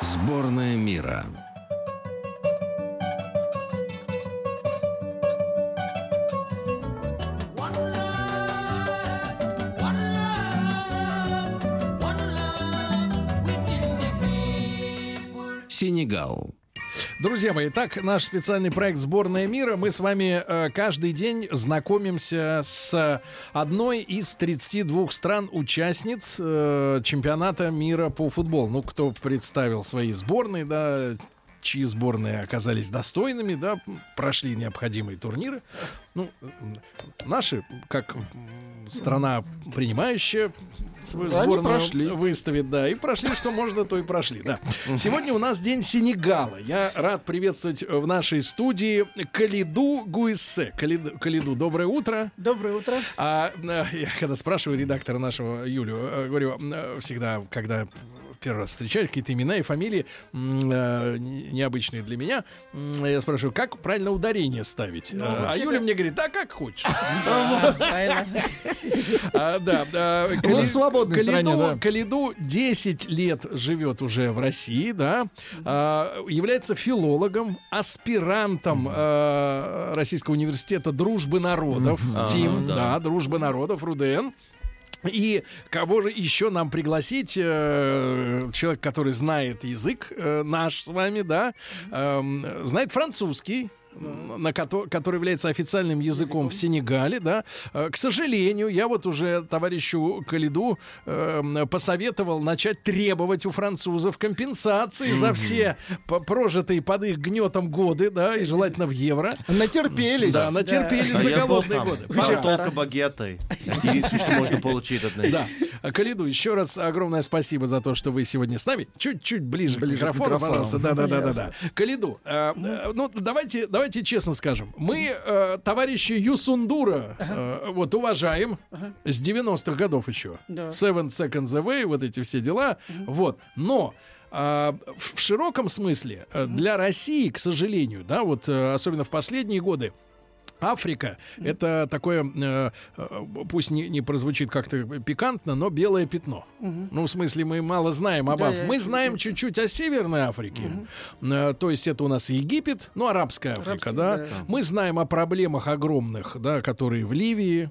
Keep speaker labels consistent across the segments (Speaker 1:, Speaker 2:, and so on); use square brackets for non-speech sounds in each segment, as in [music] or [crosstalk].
Speaker 1: Сборная мира. Сенегал.
Speaker 2: Друзья мои, итак, наш специальный проект «Сборная мира». Мы с вами э, каждый день знакомимся с одной из 32 стран-участниц э, чемпионата мира по футболу. Ну, кто представил свои сборные, да, чьи сборные оказались достойными, да, прошли необходимые турниры. Ну, наши, как страна принимающая, свою
Speaker 3: Да, они
Speaker 2: сборную
Speaker 3: прошли.
Speaker 2: выставит, да, и прошли, что можно, то и прошли, да. Сегодня у нас день Сенегала. Я рад приветствовать в нашей студии Калиду Гуиссе. Калиду, Калиду, доброе утро.
Speaker 4: Доброе утро.
Speaker 2: А э, я когда спрашиваю редактора нашего Юлю, э, говорю, э, всегда, когда первый раз встречаю какие-то имена и фамилии м, э, не- необычные для меня, м, я спрашиваю, как правильно ударение ставить?
Speaker 4: Ну,
Speaker 2: Э, а Юля мне говорит, да как
Speaker 4: [laughs]
Speaker 2: хочешь.
Speaker 4: Правильно.
Speaker 2: А, да, да.
Speaker 3: Мы
Speaker 2: Кали-
Speaker 3: в свободной
Speaker 2: Калиду-
Speaker 3: стране, да.
Speaker 2: Калиду 10 лет живет уже в России, да. А, является филологом, аспирантом э, Российского университета дружбы народов. Дим, да.
Speaker 3: да.
Speaker 2: дружбы народов, РУДН. И кого же еще нам пригласить? Э, Человек, который знает язык э, наш с вами, да, эм, знает французский. м, На кото- который является официальным языком, в Сенегале, да. Э, К сожалению, я вот уже товарищу Калиду эм, посоветовал начать требовать у французов компенсации за все по- прожитые под их гнетом годы, да, и желательно в евро.
Speaker 3: Натерпелись.
Speaker 2: Да, натерпелись
Speaker 5: А
Speaker 2: за
Speaker 5: я был
Speaker 2: голодные
Speaker 5: там.
Speaker 2: годы.
Speaker 5: Там только багеты. Это единственное, что можно получить от них.
Speaker 2: Да. Калиду, еще раз огромное спасибо за то, что вы сегодня с нами. Чуть-чуть ближе,
Speaker 3: Ближе
Speaker 2: к
Speaker 3: к
Speaker 2: микрофону,
Speaker 3: микрофону.
Speaker 2: пожалуйста. Да-да-да-да. Калиду, э, э, ну давайте, давайте честно скажем. Мы э, товарища Юсундура э, вот уважаем с 90-х годов еще.
Speaker 4: Да.
Speaker 2: Seven Seconds Away, вот эти все дела. Вот. Но а, в в широком смысле э, для России, к сожалению, да, вот э, особенно в последние годы, Африка — это такое, э, э, пусть не, не прозвучит как-то пикантно, но белое пятно. Ну, в смысле, мы мало знаем об
Speaker 4: Да,
Speaker 2: Африке.
Speaker 4: я
Speaker 2: Мы
Speaker 4: это
Speaker 2: знаем чуть-чуть о Северной Африке. Э, то есть это у нас Египет, ну, арабская Африка,
Speaker 4: Арабская,
Speaker 2: да.
Speaker 4: да.
Speaker 2: Мы знаем о проблемах огромных, да, которые в Ливии,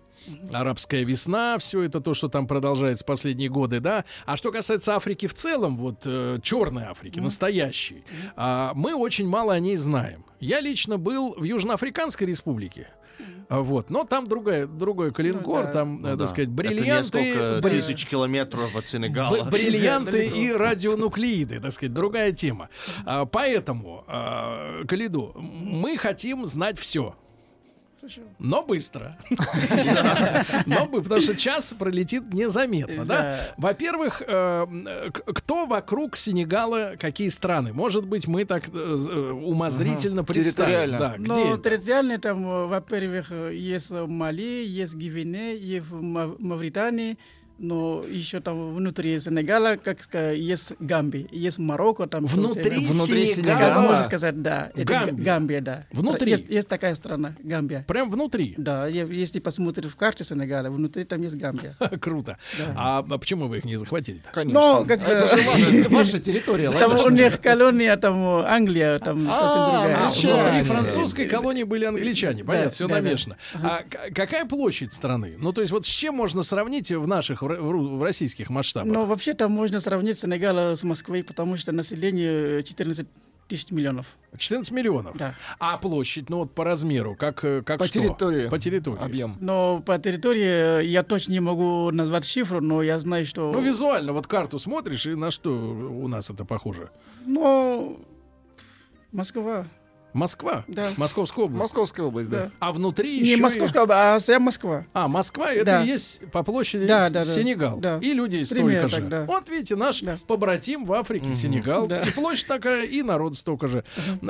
Speaker 2: арабская весна, все это то, что там продолжается последние годы, да. А что касается Африки в целом, вот э, черной Африки, настоящей, а, мы очень мало о ней знаем. Я лично был в Южноафриканской республике. а, Вот, но там другая, другой калинкор,
Speaker 4: да.
Speaker 2: там, э, так сказать, бриллианты,
Speaker 5: Это несколько
Speaker 2: бри-
Speaker 5: тысяч километров от
Speaker 2: Б-
Speaker 5: Сенегала.
Speaker 2: бриллианты и радионуклеиды, так сказать, другая тема. А, Поэтому, а, Калиду, мы хотим знать все. Но быстро. Но бы, потому что час пролетит незаметно, да?
Speaker 4: Да.
Speaker 2: Во-первых, э, м, к- кто вокруг Сенегала, какие страны? Может быть, мы так э, э, умозрительно представим.
Speaker 3: Территориально.
Speaker 2: Да,
Speaker 4: Но
Speaker 2: где?
Speaker 4: территориально там, э, во-первых, э, есть э, Мали, есть Гвинея, есть в Мав- Мавритании, но еще там внутри Сенегала, как ска- есть Гамби, есть Марокко, там тоже
Speaker 2: Внутри
Speaker 4: Сенегал.
Speaker 3: Внутри
Speaker 4: Как
Speaker 3: Сенегала.
Speaker 4: можно
Speaker 2: Сенегала.
Speaker 4: сказать, да. Это
Speaker 2: Гамби.
Speaker 4: Га- Гамбия, да.
Speaker 2: Внутри.
Speaker 4: Есть, есть такая страна, Гамбия.
Speaker 2: Прям внутри. [laughs]
Speaker 4: Да, е- если посмотреть в карте Сенегала, внутри там есть Гамбия.
Speaker 2: Круто. А а почему вы их не захватили?
Speaker 3: Конечно.
Speaker 4: Ну, как-
Speaker 3: Это же [laughs] ваша- ваша
Speaker 4: [laughs]
Speaker 3: территория.
Speaker 4: Там у
Speaker 3: логично.
Speaker 4: них колония, там э, Англия, там совсем другая.
Speaker 3: ну,
Speaker 2: Внутри
Speaker 3: Англичане.
Speaker 2: А, французской колонии были англичане, понятно, все
Speaker 4: да, да.
Speaker 2: намешано. А к- какая площадь страны? Ну, то есть, вот с чем можно сравнить в наших, в р- в ру- в российских масштабах?
Speaker 4: Но вообще-то можно сравнить Сенегал с Москвой, потому что население 14 тысяч миллионов.
Speaker 2: 14 миллионов.
Speaker 4: Да.
Speaker 2: А площадь, ну вот по размеру, как, э, как
Speaker 3: По
Speaker 2: что?
Speaker 3: территории.
Speaker 2: По территории.
Speaker 3: Объем.
Speaker 4: Но по территории э, я точно не могу назвать шифру, но я знаю, что...
Speaker 2: Ну, визуально, вот карту смотришь, и на что у нас это похоже?
Speaker 4: Но Москва.
Speaker 2: Москва?
Speaker 4: Да.
Speaker 2: Московская область.
Speaker 3: Московская область, да.
Speaker 4: Да.
Speaker 2: А внутри
Speaker 4: Не
Speaker 2: еще и-
Speaker 4: московская, а вся Москва.
Speaker 2: А, Москва, это
Speaker 4: Да.
Speaker 2: и есть по площади
Speaker 4: Да,
Speaker 2: с-
Speaker 4: да, да.
Speaker 2: Сенегал.
Speaker 4: Да.
Speaker 2: И людей столько
Speaker 4: Примерно
Speaker 2: же.
Speaker 4: так, да.
Speaker 2: Вот видите, наш
Speaker 4: Да.
Speaker 2: побратим в Африке Сенегал.
Speaker 4: Да.
Speaker 2: И площадь такая, и народ столько же.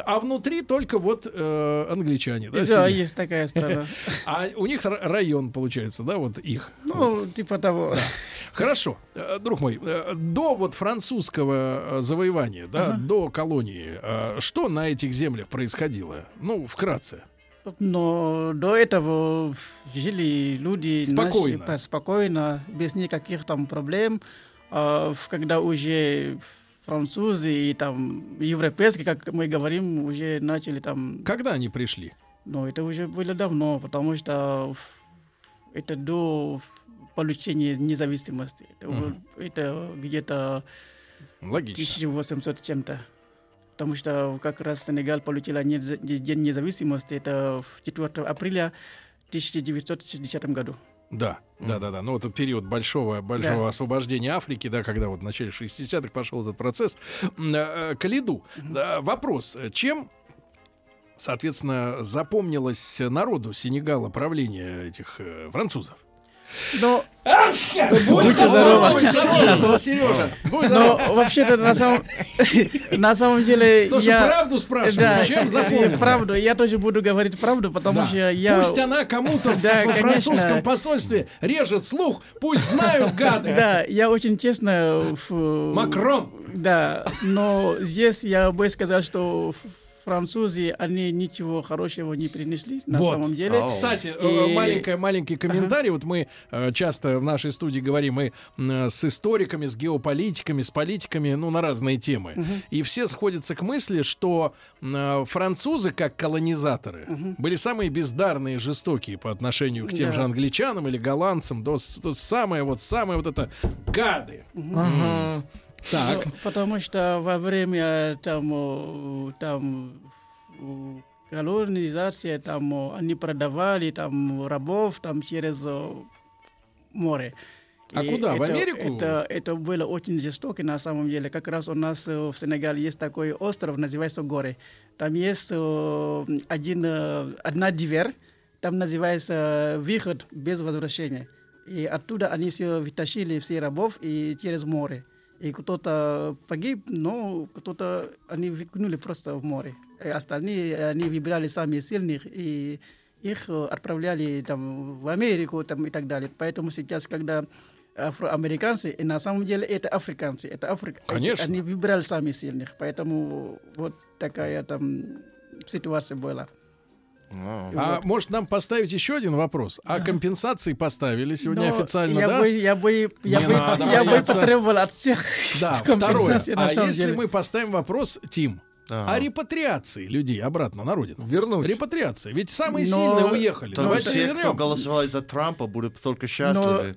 Speaker 2: А внутри только вот э, англичане. Да,
Speaker 4: Да,
Speaker 2: сидят.
Speaker 4: есть
Speaker 2: [laughs]
Speaker 4: такая страна.
Speaker 2: А у них р- район получается, да, вот их.
Speaker 4: Ну, типа того.
Speaker 2: Хорошо, Э, друг мой, э, до вот французского э, завоевания, да, до колонии, э, что на этих землях происходило? Ну, вкратце.
Speaker 4: Но до этого жили люди наши,
Speaker 2: Спокойно.
Speaker 4: по- спокойно, без никаких там проблем. А, в- когда уже французы и там европейские, как мы говорим, уже начали там...
Speaker 2: Когда они пришли?
Speaker 4: Но это уже было давно, потому что в- это до получения независимости. Это, вот- это где-то
Speaker 2: Логично.
Speaker 4: 1800 чем-то. Потому что как раз Сенегал получил День независимости, это в 4 апреля 1960 году.
Speaker 2: Да, да, да, да. Ну, вот этот период большого, большого освобождения Африки, да, когда вот в начале 60-х пошел этот процесс. М, э, э, К лиду. Да, Вопрос, э, чем, соответственно, запомнилось народу Сенегала правление этих э, французов?
Speaker 4: Но,
Speaker 2: Будьте здоровы! Сережа! Будь здоров!
Speaker 4: но вообще-то на самом, [laughs] на самом деле
Speaker 2: Потому что
Speaker 4: я...
Speaker 2: правду спрашиваю, ну,
Speaker 4: Да,
Speaker 2: чем
Speaker 4: э,
Speaker 2: запомнилось?
Speaker 4: правду. Я тоже буду говорить правду, потому
Speaker 2: Да.
Speaker 4: что я...
Speaker 2: Пусть она кому-то в-
Speaker 4: Да,
Speaker 2: во
Speaker 4: конечно.
Speaker 2: французском посольстве режет слух, пусть знают гады.
Speaker 4: Да, я очень честно... в-
Speaker 2: Макрон!
Speaker 4: Да, но здесь я бы сказал, что ф- французы, они ничего хорошего не принесли на
Speaker 2: Вот.
Speaker 4: самом деле.
Speaker 5: Ау.
Speaker 2: Кстати,
Speaker 4: И-
Speaker 2: маленький, маленький комментарий. Вот мы э, часто в нашей студии говорим и м, э, с историками, с геополитиками, с политиками, ну, на разные темы. И все сходятся к мысли, что м, э, французы, как колонизаторы, были самые бездарные и жестокие по отношению к тем
Speaker 4: Да.
Speaker 2: же англичанам или голландцам. До, с- то самое вот, самое вот это гады.
Speaker 3: Ага.
Speaker 2: Так.
Speaker 4: Ну, Потому что во время там, э, там э, колонизации там э, они продавали там рабов там через э, море.
Speaker 2: А куда? В Америку?
Speaker 4: Это, это было очень жестоко на самом деле. Как раз у нас э, в Сенегале есть такой остров, называется Горы. Там есть э, один, э, одна дверь, там называется э, выход без возвращения. И оттуда они все вытащили, все рабов, и через море. И кто-то погиб, но кто-то они выкнули просто в море. И остальные они выбирали самые сильных и их э, отправляли там в Америку там, и так далее. Поэтому сейчас, когда афроамериканцы, и на самом деле это африканцы, это Африка.
Speaker 2: Конечно.
Speaker 4: Они выбирали самых сильных. Поэтому вот такая там ситуация была.
Speaker 5: Ну,
Speaker 2: А может нам поставить еще один вопрос? А компенсации поставили сегодня
Speaker 4: Но
Speaker 2: официально,
Speaker 4: я
Speaker 2: да?
Speaker 4: Бы, я бы, я
Speaker 2: Не
Speaker 4: бы,
Speaker 2: надо
Speaker 4: я бы
Speaker 2: бояться.
Speaker 4: потребовал от всех [laughs]
Speaker 2: Да, второе.
Speaker 4: компенсаций на
Speaker 2: А
Speaker 4: самом
Speaker 2: если
Speaker 4: деле.
Speaker 2: мы поставим вопрос, Тим,
Speaker 5: Ага.
Speaker 2: о репатриации людей обратно на родину?
Speaker 3: Вернуть.
Speaker 2: Репатриация. Ведь самые
Speaker 4: Но-
Speaker 2: сильные уехали.
Speaker 5: Там
Speaker 2: Давайте
Speaker 5: все, кто
Speaker 2: вернем.
Speaker 5: голосовали за Трампа, будут только счастливы.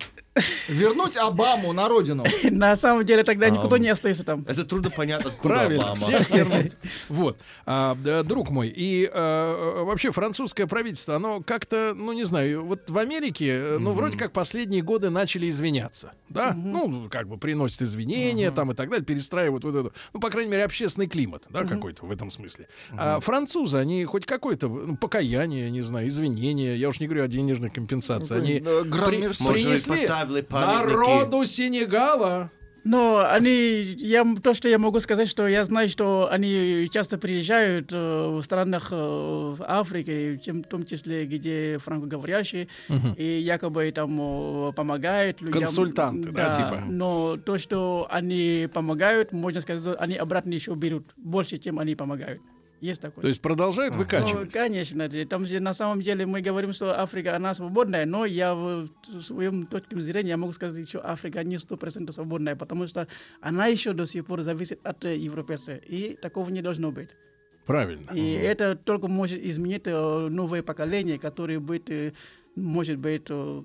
Speaker 3: Вернуть Обаму на родину.
Speaker 4: На самом деле тогда
Speaker 5: А,
Speaker 4: никто не остается там.
Speaker 5: Это трудно понять, откуда
Speaker 2: Правильно,
Speaker 5: Обама. [laughs]
Speaker 2: всех вернуть. Вот, А, э, друг мой, и э, вообще французское правительство, оно как-то, ну не знаю, вот в Америке, э, ну вроде как последние годы начали извиняться, да, ну как бы приносят извинения там и так далее, перестраивают вот эту, ну по крайней мере общественный климат, да, какой-то в этом смысле. А французы, они хоть какое-то ну, покаяние, не знаю, извинения, я уж не говорю о денежной компенсации, они
Speaker 3: Э, Громир-
Speaker 5: Может быть,
Speaker 2: принесли
Speaker 5: поставили памятники.
Speaker 2: народу Сенегала.
Speaker 4: Но они, я, м- то, что я могу сказать, что я знаю, что они часто приезжают э, в странах э, в Африке, в чем- в том числе, где франкоговорящие, и якобы там э, помогают людям.
Speaker 2: Консультанты, да, типа?
Speaker 4: Но то, что они помогают, можно сказать, что они обратно еще берут больше, чем они помогают. Есть такое.
Speaker 2: То есть продолжают
Speaker 4: Ну,
Speaker 2: выкачивать.
Speaker 4: конечно, де- там же на самом деле мы говорим, что Африка, она свободная, но я в т- своем точке зрения я могу сказать, что Африка не 100% свободная, потому что она еще до сих пор зависит от э, европейцев, и такого не должно быть.
Speaker 2: Правильно.
Speaker 4: И это только может изменить э, новое поколение, которое будет, э, может быть, э,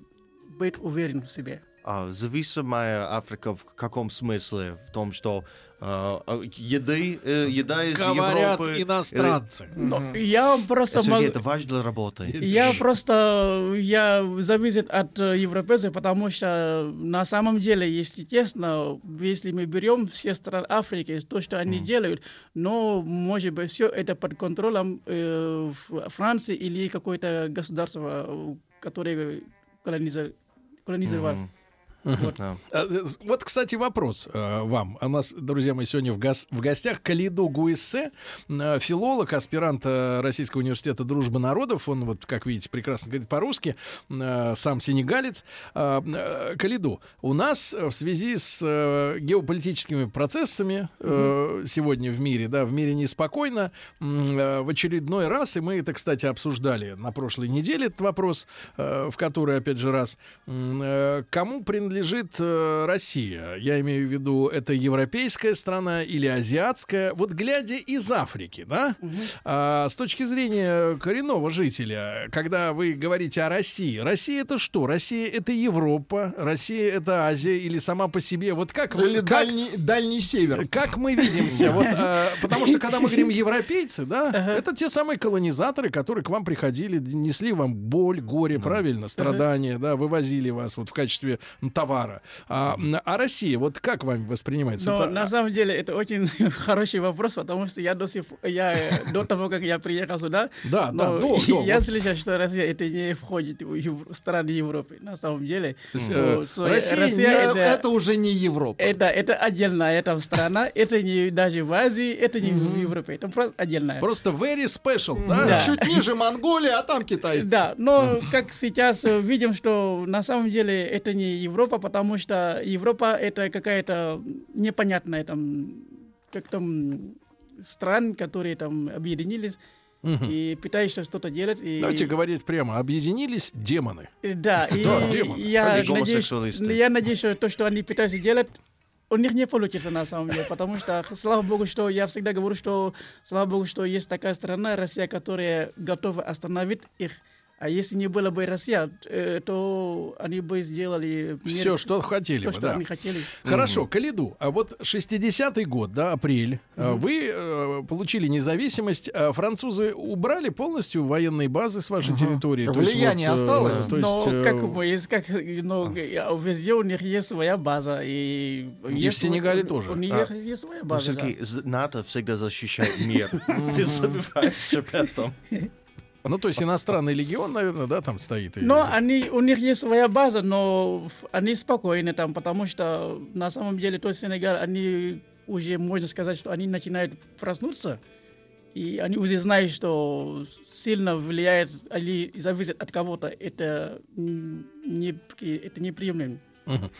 Speaker 4: быть уверен в себе.
Speaker 5: А, зависимая Африка в каком смысле? В том, что а, а, еды, э, еда из
Speaker 2: Говорят
Speaker 5: Европы.
Speaker 2: иностранцы.
Speaker 4: Ну, я просто
Speaker 5: Э, Сергей,
Speaker 4: могу...
Speaker 5: это важно для работы.
Speaker 4: Я просто я зависит от э, европейцев, потому что э, на самом деле, если честно, если мы берем все страны Африки, то, что они делают, но, может быть, все это под контролем э, Ф- Франции или какое-то государство, э, которое колониза- колонизировало.
Speaker 5: Мгм.
Speaker 4: Вот.
Speaker 5: Да.
Speaker 2: А, э, с- Вот, кстати, вопрос э, вам. У нас, друзья мои, сегодня в, гос- в гостях Калиду Гуиссе, э, филолог, аспирант э, Российского университета Дружбы народов. Он, вот, как видите, прекрасно говорит по-русски, э, сам сенегалец. Э, э, Калиду, у нас э, в связи с э, геополитическими процессами э, сегодня в мире, да, в мире неспокойно, м, э, в очередной раз, и мы это, кстати, обсуждали на прошлой неделе этот вопрос, э, в который, опять же, раз, м, э, кому принадлежит э, Россия? Я имею в виду, это европейская страна или азиатская? Вот глядя из Африки, да, а, с точки зрения коренного жителя, когда вы говорите о России, Россия это что? Россия это Европа, Россия это Азия или сама по себе? Вот как вы...
Speaker 3: Или
Speaker 2: как-
Speaker 3: дальний, дальний север.
Speaker 2: как мы видимся? Вот, э, потому что когда мы говорим европейцы, да, это те самые колонизаторы, которые к вам приходили, несли вам боль, горе, правильно, страдания, да, вывозили вас вот в качестве м, товара. А, м, а Россия, вот как вам воспринимается?
Speaker 4: Но
Speaker 2: Это- а
Speaker 4: на самом деле это очень [laughs] хороший вопрос, потому что я до сих пор- я э, до того, как я приехал сюда,
Speaker 2: Да, да,
Speaker 4: но
Speaker 2: до- до,
Speaker 4: [laughs] я
Speaker 2: вот.
Speaker 4: слышал, что Россия это не входит в Ев- страны Европы. На самом деле,
Speaker 2: э,
Speaker 4: Ну, so,
Speaker 2: Россия э,
Speaker 3: Не-
Speaker 4: это,
Speaker 3: это уже не Европа.
Speaker 4: это- это отдельная там страна, это не даже в Азии, это не в Европе, это просто отдельная.
Speaker 2: Просто very special, да?
Speaker 4: Да.
Speaker 3: Чуть ниже Монголия, а там Китай.
Speaker 4: Э, Да, но как сейчас э, видим, что на самом деле это не Европа, потому что Европа это какая-то непонятная там, как там стран, которые там объединились и пытаются что-то делать. И,
Speaker 2: Давайте говорить прямо, объединились демоны.
Speaker 4: и- Да, и
Speaker 2: Да, демоны.
Speaker 4: я,
Speaker 5: Они
Speaker 4: надеюсь,
Speaker 5: гомосексуалисты.
Speaker 4: я надеюсь, что то, что они пытаются делать, у них не получится на самом деле, потому что, слава богу, что я всегда говорю, что, слава богу, что есть такая страна, Россия, которая готова остановить их. А если не было бы Россия, э, то они бы сделали мир-
Speaker 2: Все, что хотели
Speaker 4: то,
Speaker 2: бы,
Speaker 4: что
Speaker 2: да.
Speaker 4: они хотели.
Speaker 2: Хорошо, Калиду, а вот 60-й год, да, апрель, э, вы э, получили независимость, а французы убрали полностью военные базы с вашей территории. То есть
Speaker 3: Влияние
Speaker 2: вот, э,
Speaker 3: осталось?
Speaker 2: То есть,
Speaker 4: но
Speaker 2: э, А.
Speaker 4: как бы, есть, как, но э, везде у них есть своя база. И,
Speaker 2: И
Speaker 4: есть
Speaker 2: в Сенегале
Speaker 4: у-
Speaker 2: тоже.
Speaker 4: У них
Speaker 5: А.
Speaker 4: есть своя
Speaker 5: Ну,
Speaker 4: база. да.
Speaker 5: Сергей, з- НАТО всегда защищает мир.
Speaker 2: [laughs]
Speaker 5: Ты забываешь об этом.
Speaker 2: ну, то есть иностранный легион, наверное, да, там стоит. и-
Speaker 4: Но они, у них есть своя база, но ф- они спокойны там, потому что на самом деле тот Сенегал, они уже, можно сказать, что они начинают проснуться. И они уже знают, что сильно влияет или зависит от кого-то. Это, м, не, это неприемлемо.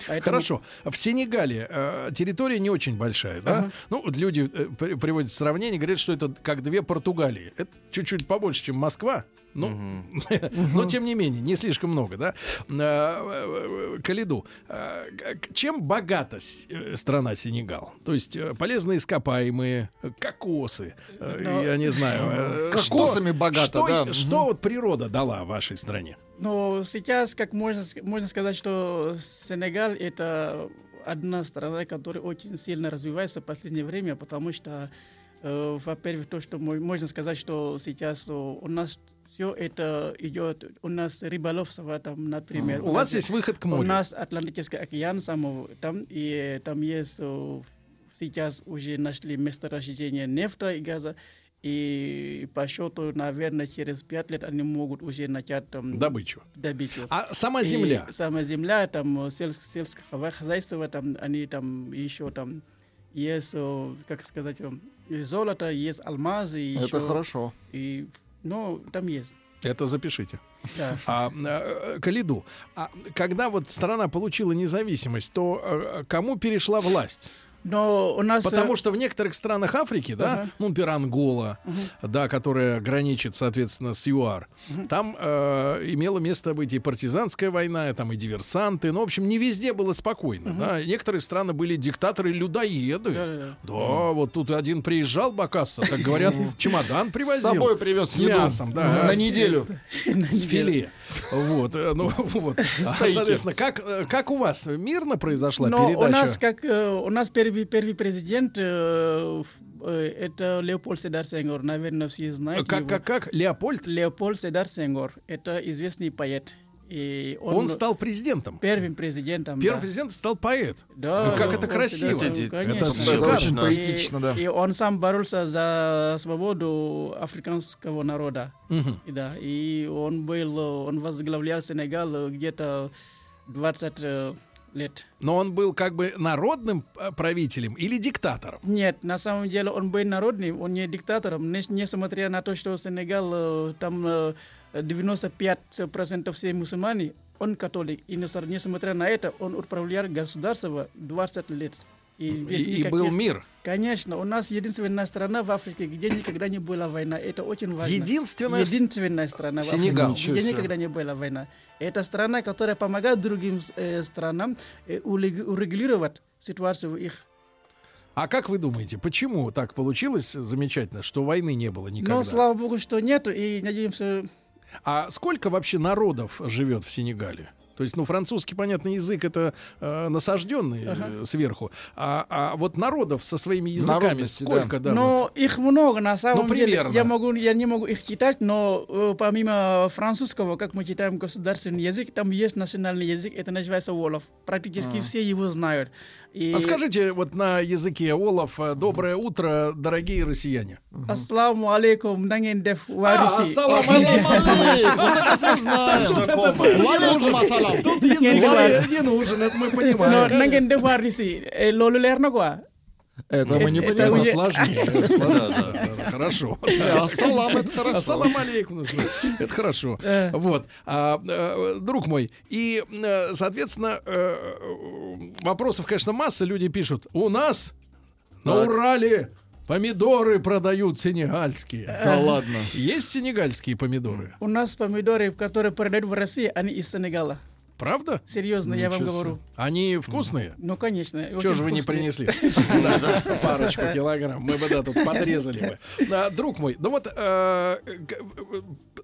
Speaker 4: Поэтому-
Speaker 2: Хорошо. В Сенегале э, территория не очень большая, да?
Speaker 4: Ага.
Speaker 2: Ну, вот люди э, при- приводят сравнение, говорят, что это как две Португалии. Это чуть-чуть побольше, чем Москва. Ну, [laughs] но тем не менее, не слишком много, да? Э, э, Калиду, э, к- чем богата с- э, страна Сенегал? То есть э, полезные ископаемые, э, кокосы, э,
Speaker 4: Но-
Speaker 2: я не
Speaker 4: [laughs]
Speaker 2: знаю. э, что-
Speaker 3: Кокосами богата,
Speaker 2: что-
Speaker 3: да.
Speaker 2: Что вот природа дала вашей стране?
Speaker 4: Но сейчас, как можно, ск- можно сказать, что Сенегал это одна страна, которая очень сильно развивается в последнее время, потому что, э, во-первых, то, что мо- можно сказать, что сейчас э, у нас все это идет, у нас рыболовство там, например.
Speaker 2: У вас есть выход к
Speaker 4: У
Speaker 2: морю.
Speaker 4: нас Атлантический океан самого там, и э, там есть э, в- сейчас уже нашли месторождение нефта и газа, и по счету, наверное, через пять лет они могут уже начать там,
Speaker 2: Добычу.
Speaker 4: добычу.
Speaker 2: А сама
Speaker 4: И
Speaker 2: земля?
Speaker 4: сама земля, там э, сельс- сельское хозяйство, там они там еще там есть, э, как сказать, э, золото, есть алмазы, и
Speaker 3: Это
Speaker 4: еще-
Speaker 3: хорошо.
Speaker 4: И, ну, там есть.
Speaker 2: Это запишите.
Speaker 4: Да.
Speaker 2: А, э, Калиду, а когда вот страна получила независимость, то э, кому перешла власть?
Speaker 4: Но у нас... э,
Speaker 2: Потому что в некоторых странах Африки, да,
Speaker 4: Ага.
Speaker 2: ну, например, Ангола, да, которая граничит, соответственно, с ЮАР, там э, имела место быть и партизанская война, и там и диверсанты, ну, в общем, не везде было спокойно, да. Некоторые страны были диктаторы-людоеды.
Speaker 4: Да-да-да.
Speaker 2: Да, вот тут один приезжал, Бакасса, так говорят, чемодан
Speaker 3: С
Speaker 2: привозил.
Speaker 3: собой привез
Speaker 2: С
Speaker 3: еду.
Speaker 2: мясом, да.
Speaker 3: На
Speaker 2: С-
Speaker 4: [laughs]
Speaker 3: неделю.
Speaker 2: с филе. Вот, э, ну [laughs] вот. А, Соответственно, как, э, как у вас мирно произошла
Speaker 4: Но у
Speaker 2: передача?
Speaker 4: нас как э, у нас пере- первый, первый президент э, ф- э, это Леопольд Седар Сенгор. Наверное, все знают
Speaker 2: Э, Как,
Speaker 4: его.
Speaker 2: как, как? Леопольд?
Speaker 4: Леопольд Седар Сенгор. Это известный поэт. И он,
Speaker 2: Он стал президентом.
Speaker 4: первым президентом.
Speaker 2: Первым
Speaker 4: да.
Speaker 2: президентом стал поэт.
Speaker 4: Да,
Speaker 2: Ну, как
Speaker 4: да,
Speaker 2: это
Speaker 4: он
Speaker 2: красиво.
Speaker 4: всегда-
Speaker 5: Кстати,
Speaker 4: конечно.
Speaker 2: это
Speaker 5: шикарно. Это очень
Speaker 4: И-
Speaker 3: поэтично, да.
Speaker 4: И он сам боролся за свободу африканского народа.
Speaker 2: Мгм.
Speaker 4: И Да, и он был, э, он возглавлял Сенегал э, где-то 20 э, лет.
Speaker 2: Но он был как бы народным э, правителем или диктатором?
Speaker 4: Нет, на самом деле он был народным, он не диктатором, не- несмотря на то, что Сенегал э, там э, 95% все мусульмане, он католик. И несо- несмотря на это, он управлял государством 20 лет. И,
Speaker 2: Ну, И,
Speaker 4: без
Speaker 2: и был
Speaker 4: никаких-
Speaker 2: мир.
Speaker 4: Конечно, у нас единственная страна в Африке, где никогда не была война. Это очень важно.
Speaker 2: Единственная с-
Speaker 4: Единственная страна в Африке,
Speaker 2: Сенегал.
Speaker 4: где никогда не была война. Это страна, которая помогает другим э, странам э, улег- урегулировать ситуацию в их.
Speaker 2: А как вы думаете, почему так получилось замечательно, что войны не было никогда?
Speaker 4: Но Ну, слава богу, что нету, и надеемся,
Speaker 2: А сколько вообще народов живет в Сенегале? То есть, ну, французский, понятно, язык это э, насажденный э, сверху. А, а вот народов со своими языками
Speaker 3: Народности, да.
Speaker 2: сколько, да? вот?
Speaker 4: Но их много на самом
Speaker 2: Ну,
Speaker 4: деле.
Speaker 2: примерно.
Speaker 4: Я могу, я не могу их читать, но э, помимо французского, как мы читаем государственный язык, там есть национальный язык, это называется Волов. Практически все его знают. И...
Speaker 2: А скажите вот на языке Олаф э, «Доброе утро, дорогие россияне».
Speaker 4: Ассаламу алейкум, нанген деф
Speaker 3: А,
Speaker 4: вариси.
Speaker 3: ассалам алейкум. Вот это мы знаем.
Speaker 5: Знакомое.
Speaker 3: Валерий Масалам.
Speaker 4: Нанген деф вар-
Speaker 2: не нужен, это мы
Speaker 4: но нанген деф вариси. Э, лолу лерно гуа.
Speaker 3: Это мы не
Speaker 4: Это
Speaker 3: понимаем.
Speaker 2: [laughs]
Speaker 4: уже-
Speaker 2: Сложнее.
Speaker 5: Да-да.
Speaker 2: Да, Хорошо. [laughs]
Speaker 3: Ассалам это хорошо.
Speaker 2: Ассалам алейкум. нужно. [laughs] Это хорошо. Вот. А, э, Друг мой, и, э, соответственно, э, вопросов, конечно, масса. Люди пишут, у нас на
Speaker 3: Так.
Speaker 2: Урале помидоры продают сенегальские.
Speaker 3: Да ладно.
Speaker 2: Есть сенегальские помидоры?
Speaker 4: У нас помидоры, которые продают в России, они из Сенегала.
Speaker 2: Правда?
Speaker 4: Серьезно, я вам
Speaker 3: Ничего себе.
Speaker 4: говорю.
Speaker 2: Они вкусные?
Speaker 4: Ну, конечно.
Speaker 2: Чего
Speaker 4: очень
Speaker 2: же вы не
Speaker 4: вкусные.
Speaker 2: принесли? Да, Парочку килограмм. Мы бы, да, тут подрезали бы. Да, Друг мой, ну вот э, г-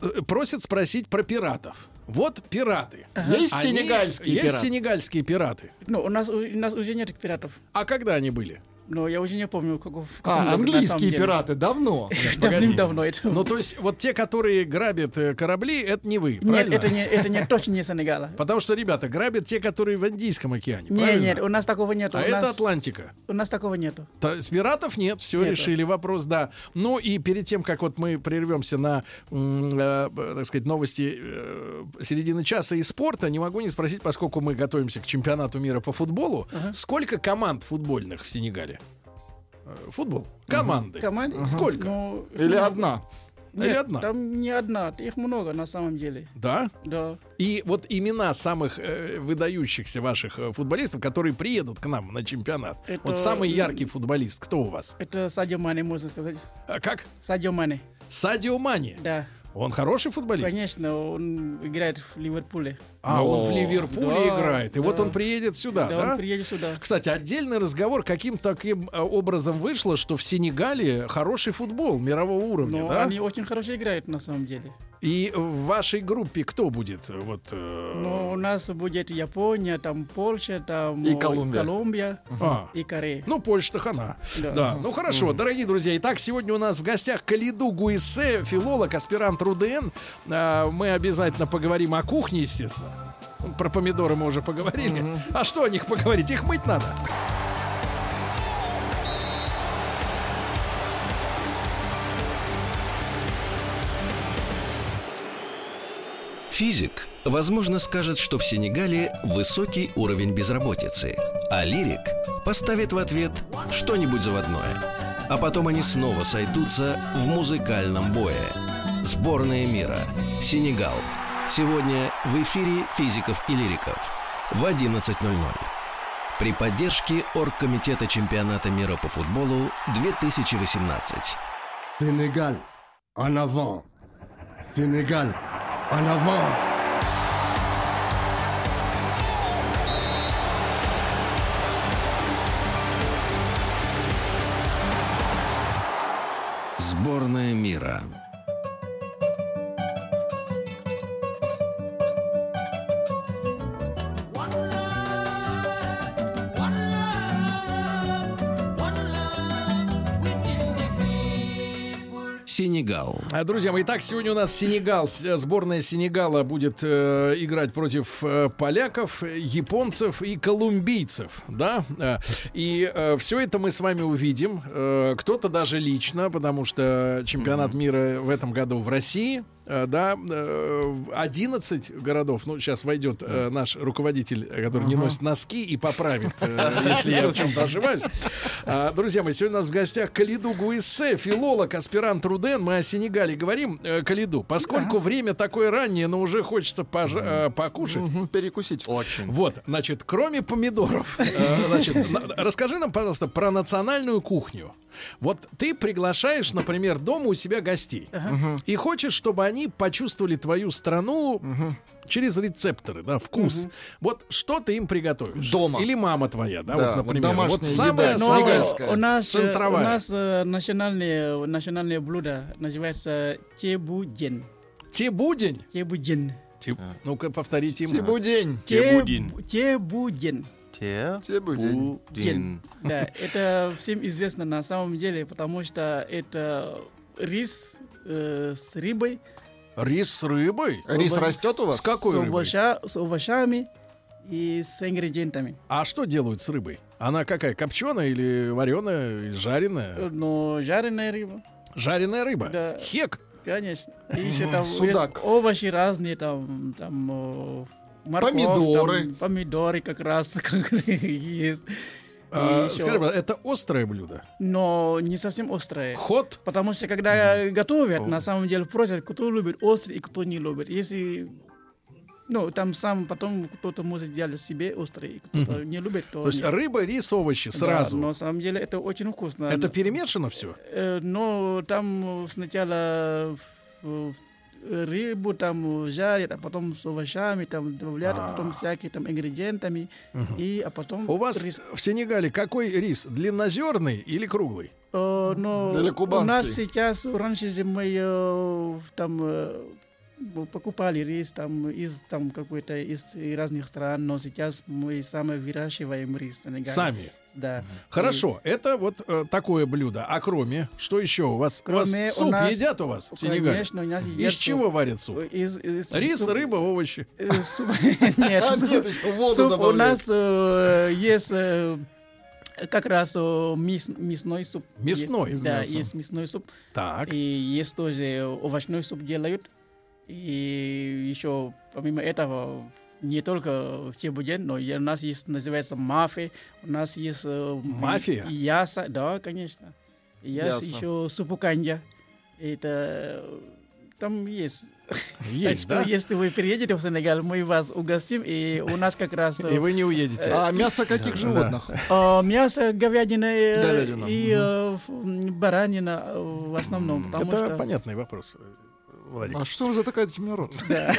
Speaker 2: э, просят спросить про пиратов. Вот пираты.
Speaker 3: Есть
Speaker 2: Они-
Speaker 3: сенегальские
Speaker 2: Есть
Speaker 3: пираты?
Speaker 2: сенегальские пираты.
Speaker 4: Ну, у нас, у нас уже нет пиратов.
Speaker 2: А когда они были?
Speaker 4: Но я уже не помню, как, в каком году,
Speaker 3: А,
Speaker 4: на
Speaker 3: английские
Speaker 4: самом деле.
Speaker 3: пираты давно.
Speaker 4: Давным-давно это.
Speaker 2: Ну, то есть, вот те, которые грабят э, корабли, это не вы,
Speaker 4: Нет,
Speaker 2: правильно?
Speaker 4: это не, это не точно
Speaker 2: [laughs]
Speaker 4: не Сенегала.
Speaker 2: Потому что, ребята, грабят те, которые в Индийском океане,
Speaker 4: Нет,
Speaker 2: правильно?
Speaker 4: нет, у нас такого нет.
Speaker 2: А
Speaker 4: у
Speaker 2: это
Speaker 4: нас-
Speaker 2: Атлантика.
Speaker 4: У нас такого нету.
Speaker 2: То есть пиратов нет, все
Speaker 4: Нету.
Speaker 2: решили вопрос, да. Ну и перед тем, как вот мы прервемся на, м, э, б- так сказать, новости э, середины часа и спорта, не могу не спросить, поскольку мы готовимся к чемпионату мира по футболу,
Speaker 4: Ага.
Speaker 2: сколько команд футбольных в Сенегале? Э, Футбол. Команды.
Speaker 4: Команде?
Speaker 2: Сколько?
Speaker 4: Ну,
Speaker 3: Или
Speaker 4: ну,
Speaker 3: одна.
Speaker 4: Нет,
Speaker 2: Или одна?
Speaker 4: Там не одна, их много на самом деле.
Speaker 2: Да.
Speaker 4: Да.
Speaker 2: И вот имена самых э, выдающихся ваших э, футболистов, которые приедут к нам на чемпионат.
Speaker 4: Это-
Speaker 2: Вот самый яркий футболист, кто у вас?
Speaker 4: Это Садио Мане, можно сказать.
Speaker 2: А как?
Speaker 4: Садио Мане,
Speaker 2: Садио Мани.
Speaker 4: да.
Speaker 2: Он хороший футболист?
Speaker 4: Конечно, он играет в Ливерпуле.
Speaker 2: А, он в Ливерпуле
Speaker 4: Да,
Speaker 2: играет. И вот
Speaker 4: да.
Speaker 2: он приедет сюда,
Speaker 4: да,
Speaker 2: да?
Speaker 4: он приедет сюда.
Speaker 2: Кстати, отдельный разговор, каким таким э, образом вышло, что в Сенегале хороший футбол мирового уровня,
Speaker 4: Но
Speaker 2: да?
Speaker 4: они очень хорошо играют на самом деле.
Speaker 2: И в вашей группе кто будет? э, Вот, э,
Speaker 4: Но Ну, у нас будет Япония, там Польша, там
Speaker 3: И
Speaker 4: э,
Speaker 3: Колумбия.
Speaker 4: Колумбия
Speaker 2: а.
Speaker 4: и Корея.
Speaker 2: Ну, Польша-то хана. Да.
Speaker 4: Да.
Speaker 2: Ну, хорошо, дорогие друзья. Итак, сегодня у нас в гостях Калиду Гуисе, филолог, аспирант РУДН. А, мы обязательно поговорим о кухне, естественно. Про помидоры мы уже поговорили. А что о них поговорить? Их мыть надо.
Speaker 1: Физик, возможно, скажет, что в Сенегале высокий уровень безработицы, а лирик поставит в ответ что-нибудь заводное. А потом они снова сойдутся в музыкальном бое. Сборная мира. Сенегал. Сегодня в эфире физиков и лириков в 11.00. При поддержке Оргкомитета чемпионата мира по футболу 2018.
Speaker 6: Sénégal, en avant. Sénégal, en avant.
Speaker 1: Сборная мира.
Speaker 7: One love, one love,
Speaker 1: Сенегал.
Speaker 2: А, Друзья мои, итак, сегодня у нас Сенегал, с- э, сборная Сенегала будет э, играть против э, поляков, э, японцев и колумбийцев, да? Э, И все это мы с вами увидим, э, кто-то даже лично, потому что чемпионат мира в этом году в России, э, да, э, 11 городов, ну, сейчас войдет э, наш руководитель, э, который не носит носки и поправит, э, если я в чем-то ошибаюсь. А, Друзья мои, сегодня у нас в гостях Калиду Гуиссе, филолог, аспирант Руден. Мы о Сенегале говорим. Э, Калиду, поскольку время такое раннее, но уже хочется пож- э, покушать.
Speaker 3: Мгм, [laughs] Перекусить.
Speaker 5: Очень.
Speaker 2: Вот, значит, кроме помидоров, [laughs] э, значит, на- расскажи нам, пожалуйста, про национальную кухню. Вот ты приглашаешь, например, дома у себя гостей и хочешь, чтобы они почувствовали твою страну через рецепторы, да, вкус. Вот что ты им приготовишь?
Speaker 3: Дома.
Speaker 2: Или мама твоя, да, вот,
Speaker 3: Да, вот
Speaker 2: например.
Speaker 3: домашняя
Speaker 2: Вот самое
Speaker 3: еда,
Speaker 4: Но
Speaker 2: самое-
Speaker 3: сенегальская.
Speaker 4: у нас, э,
Speaker 2: Ну, Центровая.
Speaker 4: у нас э, национальное, национальное блюдо называется тебуден.
Speaker 2: Тебудень.
Speaker 4: Тебуден.
Speaker 2: Теб- Ну-ка, повторите им.
Speaker 3: Тебудень.
Speaker 5: Тебудин.
Speaker 4: Теб- Тебуден.
Speaker 5: Те.
Speaker 3: Тебудень.
Speaker 5: Пудин.
Speaker 4: Да, это всем известно на самом деле, потому что это рис э, с рыбой,
Speaker 2: Рис с рыбой?
Speaker 3: Рис
Speaker 4: Соболь.
Speaker 3: растет у
Speaker 2: С
Speaker 3: вас?
Speaker 2: какой
Speaker 4: с,
Speaker 2: рыбой?
Speaker 4: овоща- с овощами и с ингредиентами.
Speaker 2: А что делают с рыбой? Она какая, копченая или вареная, или жареная?
Speaker 4: Но жареная рыба,
Speaker 2: Жареная рыба.
Speaker 4: Э, Да.
Speaker 2: Хек.
Speaker 4: конечно.
Speaker 2: [laughs]
Speaker 4: И еще там есть
Speaker 3: Судак.
Speaker 4: овощи разные, там, там э, морковь,
Speaker 3: Помидоры.
Speaker 4: там помидоры как раз [laughs] как есть. И
Speaker 2: А,
Speaker 4: ещё-
Speaker 2: скажи, пожалуйста, это острое блюдо.
Speaker 4: но не совсем острые.
Speaker 2: Ход.
Speaker 4: Потому что когда готовят, на самом деле просят, кто любит острый и кто не любит. Если ну, там сам потом кто-то может делать себе острый, и кто-то не любит, то,
Speaker 2: То есть
Speaker 4: нет.
Speaker 2: рыба, рис, овощи
Speaker 4: Да,
Speaker 2: сразу.
Speaker 4: но на самом деле это очень вкусно.
Speaker 2: Это перемешано все?
Speaker 4: Э, Но там э, сначала э, рыбу там жарят, а потом с овощами там добавляют, а потом всякие там ингредиентами, и а потом
Speaker 2: У вас
Speaker 4: рис.
Speaker 2: в Сенегале какой рис? Длиннозерный или круглый?
Speaker 4: Э, но
Speaker 3: Или
Speaker 4: у нас
Speaker 3: кубанский.
Speaker 4: сейчас раньше же мы э, там э, мы покупали рис там из там какой-то из разных стран, но сейчас мы сами выращиваем рис. в Сенегале.
Speaker 2: Сами.
Speaker 4: Да.
Speaker 2: Хорошо, это вот э, такое блюдо. А кроме, что еще у вас? у вас
Speaker 4: Кроме у
Speaker 2: суп
Speaker 4: нас-
Speaker 2: едят у вас в Сенегале?
Speaker 4: Конечно, у нас
Speaker 2: Из чего варят суп?
Speaker 4: Из, из-
Speaker 2: Рис,
Speaker 4: суп-
Speaker 2: рыба, овощи.
Speaker 4: Э, суп- [laughs] Нет,
Speaker 3: А,
Speaker 4: суп-
Speaker 3: нет, еще воду
Speaker 4: суп у
Speaker 3: добавляют.
Speaker 4: нас э, есть э, как раз э, мис- мясной суп.
Speaker 2: Мясной?
Speaker 4: Есть,
Speaker 2: Из
Speaker 4: да,
Speaker 2: мяса.
Speaker 4: есть мясной суп.
Speaker 2: Так.
Speaker 4: И есть тоже овощной суп делают. И еще помимо этого не только чебуден, но и у нас есть называется мафи, у нас есть э,
Speaker 2: Мафия?
Speaker 4: и- и яса, да, конечно. И Яс
Speaker 3: Яса.
Speaker 4: еще супуканья. Это э, там есть. Так
Speaker 2: Есть,
Speaker 4: а что,
Speaker 2: да?
Speaker 4: если вы приедете в Сенегал, мы вас угостим, и у нас как раз
Speaker 2: И
Speaker 4: э,
Speaker 2: вы не уедете.
Speaker 3: А мясо каких животных?
Speaker 4: э, мясо говядина и, э,
Speaker 3: Говядина,
Speaker 4: и э, ф- м, баранина э, в основном, потому
Speaker 2: это
Speaker 4: что...
Speaker 2: понятный вопрос, э, Владик.
Speaker 3: А что вы затыкаете мне рот?
Speaker 4: Да.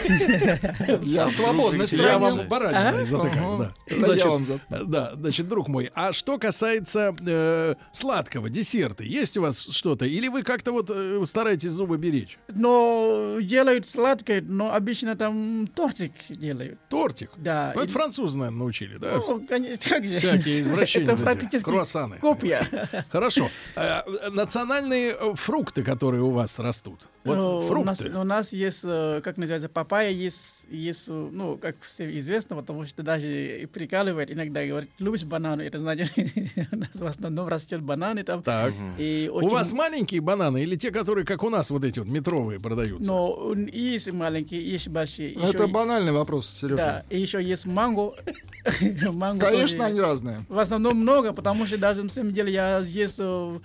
Speaker 3: Я в свободной
Speaker 2: Я
Speaker 3: стране.
Speaker 2: вам
Speaker 4: А?
Speaker 2: баранину затыкаю,
Speaker 3: Ага.
Speaker 2: да.
Speaker 3: Это я вам за-
Speaker 2: Э, Да, значит, друг мой, а что касается э, сладкого, десерта, есть у вас что-то? Или вы как-то вот э, стараетесь зубы беречь?
Speaker 4: Но делают сладкое, но обычно там тортик делают.
Speaker 2: Тортик?
Speaker 4: Да.
Speaker 2: Ну, это
Speaker 4: и-
Speaker 2: французы, наверное, научили, да?
Speaker 4: Ну, конечно, как же.
Speaker 2: Э, Всякие извращения
Speaker 4: [laughs] Это
Speaker 2: вот эти,
Speaker 4: практически
Speaker 2: круассаны.
Speaker 4: копия.
Speaker 2: Хорошо. Э, э, Национальные э, фрукты, которые у вас растут. [laughs]
Speaker 4: Ну,
Speaker 2: Вот
Speaker 4: у, нас, у
Speaker 2: фрукты.
Speaker 4: нас есть, э, как называется, папайя, есть, есть, э, ну, как всем известно, потому что даже и прикалывает иногда, говорит, любишь бананы, это значит, [laughs] у нас в основном растет бананы там.
Speaker 2: Так.
Speaker 4: И
Speaker 2: У
Speaker 4: очень-
Speaker 2: вас маленькие бананы или те, которые, как у нас, вот эти вот метровые продаются?
Speaker 4: Но э, есть маленькие, есть большие.
Speaker 2: Ну,
Speaker 4: еще
Speaker 3: Это
Speaker 4: и-
Speaker 3: банальный вопрос,
Speaker 4: Да,
Speaker 3: Сережа.
Speaker 4: и еще есть манго. [laughs] Манго тоже-
Speaker 3: Конечно, они разные.
Speaker 4: В основном много, потому что даже на самом деле я здесь э,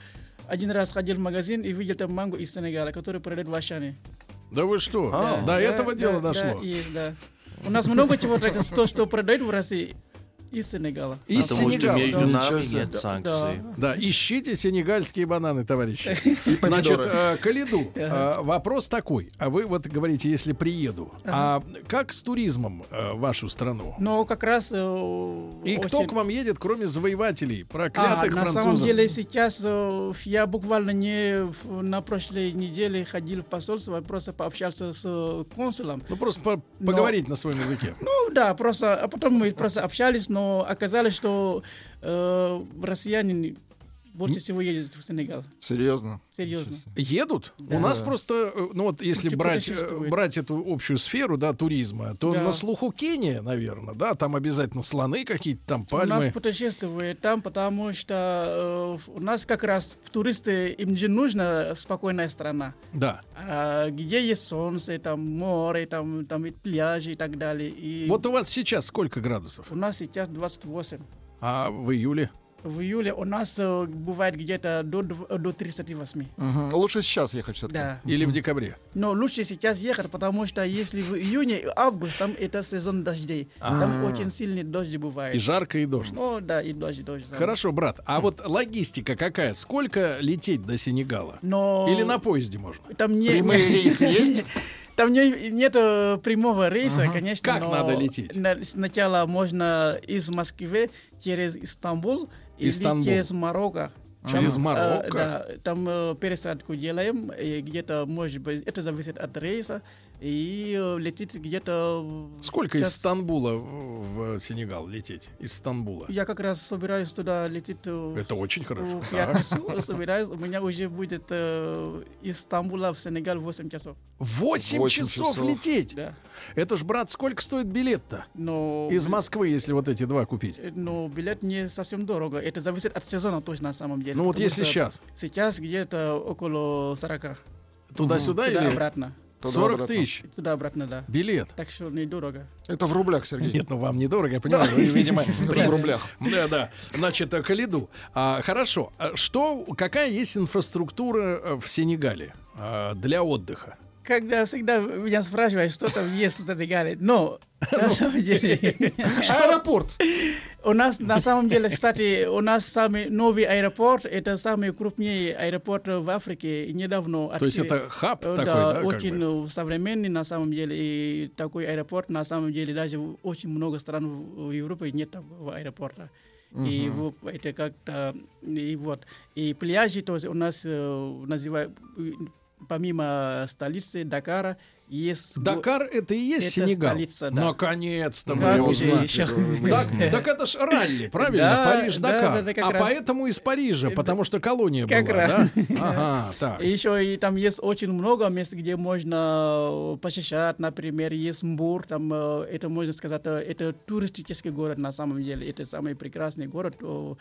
Speaker 4: один раз ходил в магазин и видел там манго из Сенегала, который продает в Ашане.
Speaker 2: Да вы что?
Speaker 5: А.
Speaker 2: До этого дела
Speaker 4: да,
Speaker 2: дошло.
Speaker 4: да, есть, да. У нас много чего, так, то, что продают в России из Сенегала.
Speaker 2: Из
Speaker 5: Потому что
Speaker 2: Сенегала.
Speaker 5: между
Speaker 3: Ничего
Speaker 5: нами
Speaker 3: себе.
Speaker 5: нет санкций.
Speaker 2: Да, ищите сенегальские бананы,
Speaker 4: [laughs]
Speaker 2: товарищи. Значит,
Speaker 3: помидоры.
Speaker 2: э, Калиду, э, вопрос такой. А вы вот говорите, если приеду, а как с туризмом э, в вашу страну?
Speaker 4: Но как раз... э,
Speaker 2: И кто
Speaker 4: очень-
Speaker 2: к вам едет, кроме завоевателей,
Speaker 4: А,
Speaker 2: проклятых
Speaker 4: на самом
Speaker 2: французов?
Speaker 4: деле сейчас э, я буквально не в- на прошлой неделе ходил в посольство, просто пообщался с э, консулом.
Speaker 2: Ну просто по-
Speaker 4: Но-
Speaker 2: поговорить на своем языке.
Speaker 4: [laughs] Ну да, просто, а потом мы просто общались, но оказалось, что э, россияне больше всего едет в Сенегал.
Speaker 3: Серьезно.
Speaker 4: Серьезно.
Speaker 2: Едут. У нас просто, э, ну вот если
Speaker 4: Типа
Speaker 2: брать, э,
Speaker 4: существует.
Speaker 2: брать эту общую сферу, да, туризма, то
Speaker 4: Да.
Speaker 2: на слуху Кения, наверное, да, там обязательно слоны какие-то, там
Speaker 4: У нас
Speaker 2: пальмы.
Speaker 4: путешествует там, потому что э, у нас как раз туристы, им же нужна спокойная страна.
Speaker 2: Да.
Speaker 4: А, где есть солнце, там море, там, там и пляжи и так далее. И
Speaker 2: Вот у вас сейчас сколько градусов?
Speaker 4: у нас сейчас 28.
Speaker 2: А в июле?
Speaker 4: В июле у нас э, бывает где-то до, дв- э, до 38.
Speaker 3: Мгм. Лучше сейчас ехать все-таки.
Speaker 4: Да.
Speaker 2: Или в декабре?
Speaker 4: Но лучше сейчас ехать, потому что если в июне, август, там это сезон дождей. Там очень сильные дожди бывают.
Speaker 2: А. И жарко, и дождь.
Speaker 4: О, да, и дождь, дождь. да.
Speaker 2: Хорошо, брат. А вот логистика какая? Сколько лететь до Сенегала?
Speaker 4: Но...
Speaker 2: Или на поезде можно?
Speaker 4: Там не... [laughs]
Speaker 3: Прямые рейсы есть?
Speaker 4: Там не, нет э, прямого рейса, конечно.
Speaker 2: Как
Speaker 4: но
Speaker 2: надо лететь?
Speaker 4: на- сначала можно из Москвы через Истамбул или
Speaker 2: Истанбул.
Speaker 4: через Марокко.
Speaker 2: Через
Speaker 4: Э,
Speaker 2: Марокко?
Speaker 4: да, там э, пересадку делаем, и где-то, может быть, это зависит от рейса, и э, летит где-то... в
Speaker 2: Сколько из
Speaker 4: час.
Speaker 2: Стамбула в в Сенегал лететь? Из Стамбула.
Speaker 4: Я как раз собираюсь туда лететь. э,
Speaker 2: Это очень хорошо.
Speaker 4: в пятницу [laughs] собираюсь, у меня уже будет э, из Стамбула в Сенегал 8 часов.
Speaker 2: 8
Speaker 3: Восемь
Speaker 2: часов
Speaker 3: часов.
Speaker 2: лететь.
Speaker 4: Да.
Speaker 2: Это ж, брат, сколько стоит билет-то?
Speaker 4: Но
Speaker 2: Из Москвы, если вот эти два купить.
Speaker 4: Но билет не совсем дорого. Это зависит от сезона, то есть на самом деле.
Speaker 2: Ну вот
Speaker 4: Потому
Speaker 2: если
Speaker 4: что
Speaker 2: сейчас,
Speaker 4: Сейчас где-то около 40.
Speaker 2: туда-сюда Ну или
Speaker 4: Туда-обратно.
Speaker 2: 40
Speaker 3: Туда-обратно.
Speaker 2: тысяч
Speaker 4: Туда-обратно, да.
Speaker 2: билет.
Speaker 4: Так что недорого.
Speaker 3: Это в рублях, Сергей.
Speaker 2: Нет, ну вам недорого, я понимаю, вы, видимо,
Speaker 3: Это [laughs] в рублях.
Speaker 2: Да, да. Значит, э, к лиду. А, хорошо. А Что, какая есть инфраструктура э, в Сенегале э, для отдыха?
Speaker 4: Когда всегда меня спрашивают, что там есть в Сенегале. Но на
Speaker 2: Ну,
Speaker 4: самом деле...
Speaker 2: [laughs]
Speaker 3: Аэропорт.
Speaker 4: У нас, на самом деле, кстати, у нас самый новый аэропорт. Это самый крупней аэропорт в Африке. И Недавно
Speaker 2: То есть
Speaker 4: открыли.
Speaker 2: это хаб
Speaker 4: Э,
Speaker 2: такой,
Speaker 4: да,
Speaker 2: да? как
Speaker 4: очень
Speaker 2: бы?
Speaker 4: э, современный на самом деле и такой аэропорт на самом деле даже в- очень много стран в, в Европе нет такого аэропорта. И вот это как-то и вот и пляжи тоже у нас э, называют э, помимо столицы Дакара есть го-
Speaker 2: Дакар это и есть
Speaker 4: это
Speaker 2: Сенегал.
Speaker 4: столица, да.
Speaker 2: Наконец-то мы
Speaker 4: Как
Speaker 2: его
Speaker 4: же
Speaker 2: знаем.
Speaker 4: еще?
Speaker 2: Да, так это ж
Speaker 4: [laughs]
Speaker 2: ралли, правильно?
Speaker 4: Да, да,
Speaker 2: Париж-Дакар.
Speaker 4: да, да, как
Speaker 2: а
Speaker 4: раз.
Speaker 2: поэтому из Парижа, потому что колония
Speaker 4: Как
Speaker 2: была,
Speaker 4: раз.
Speaker 2: да? Ага, так.
Speaker 4: И еще и там есть очень много мест, где можно э, посещать, например, есть Мбур, там э, это можно сказать, э, это туристический город на самом деле, это самый прекрасный город э,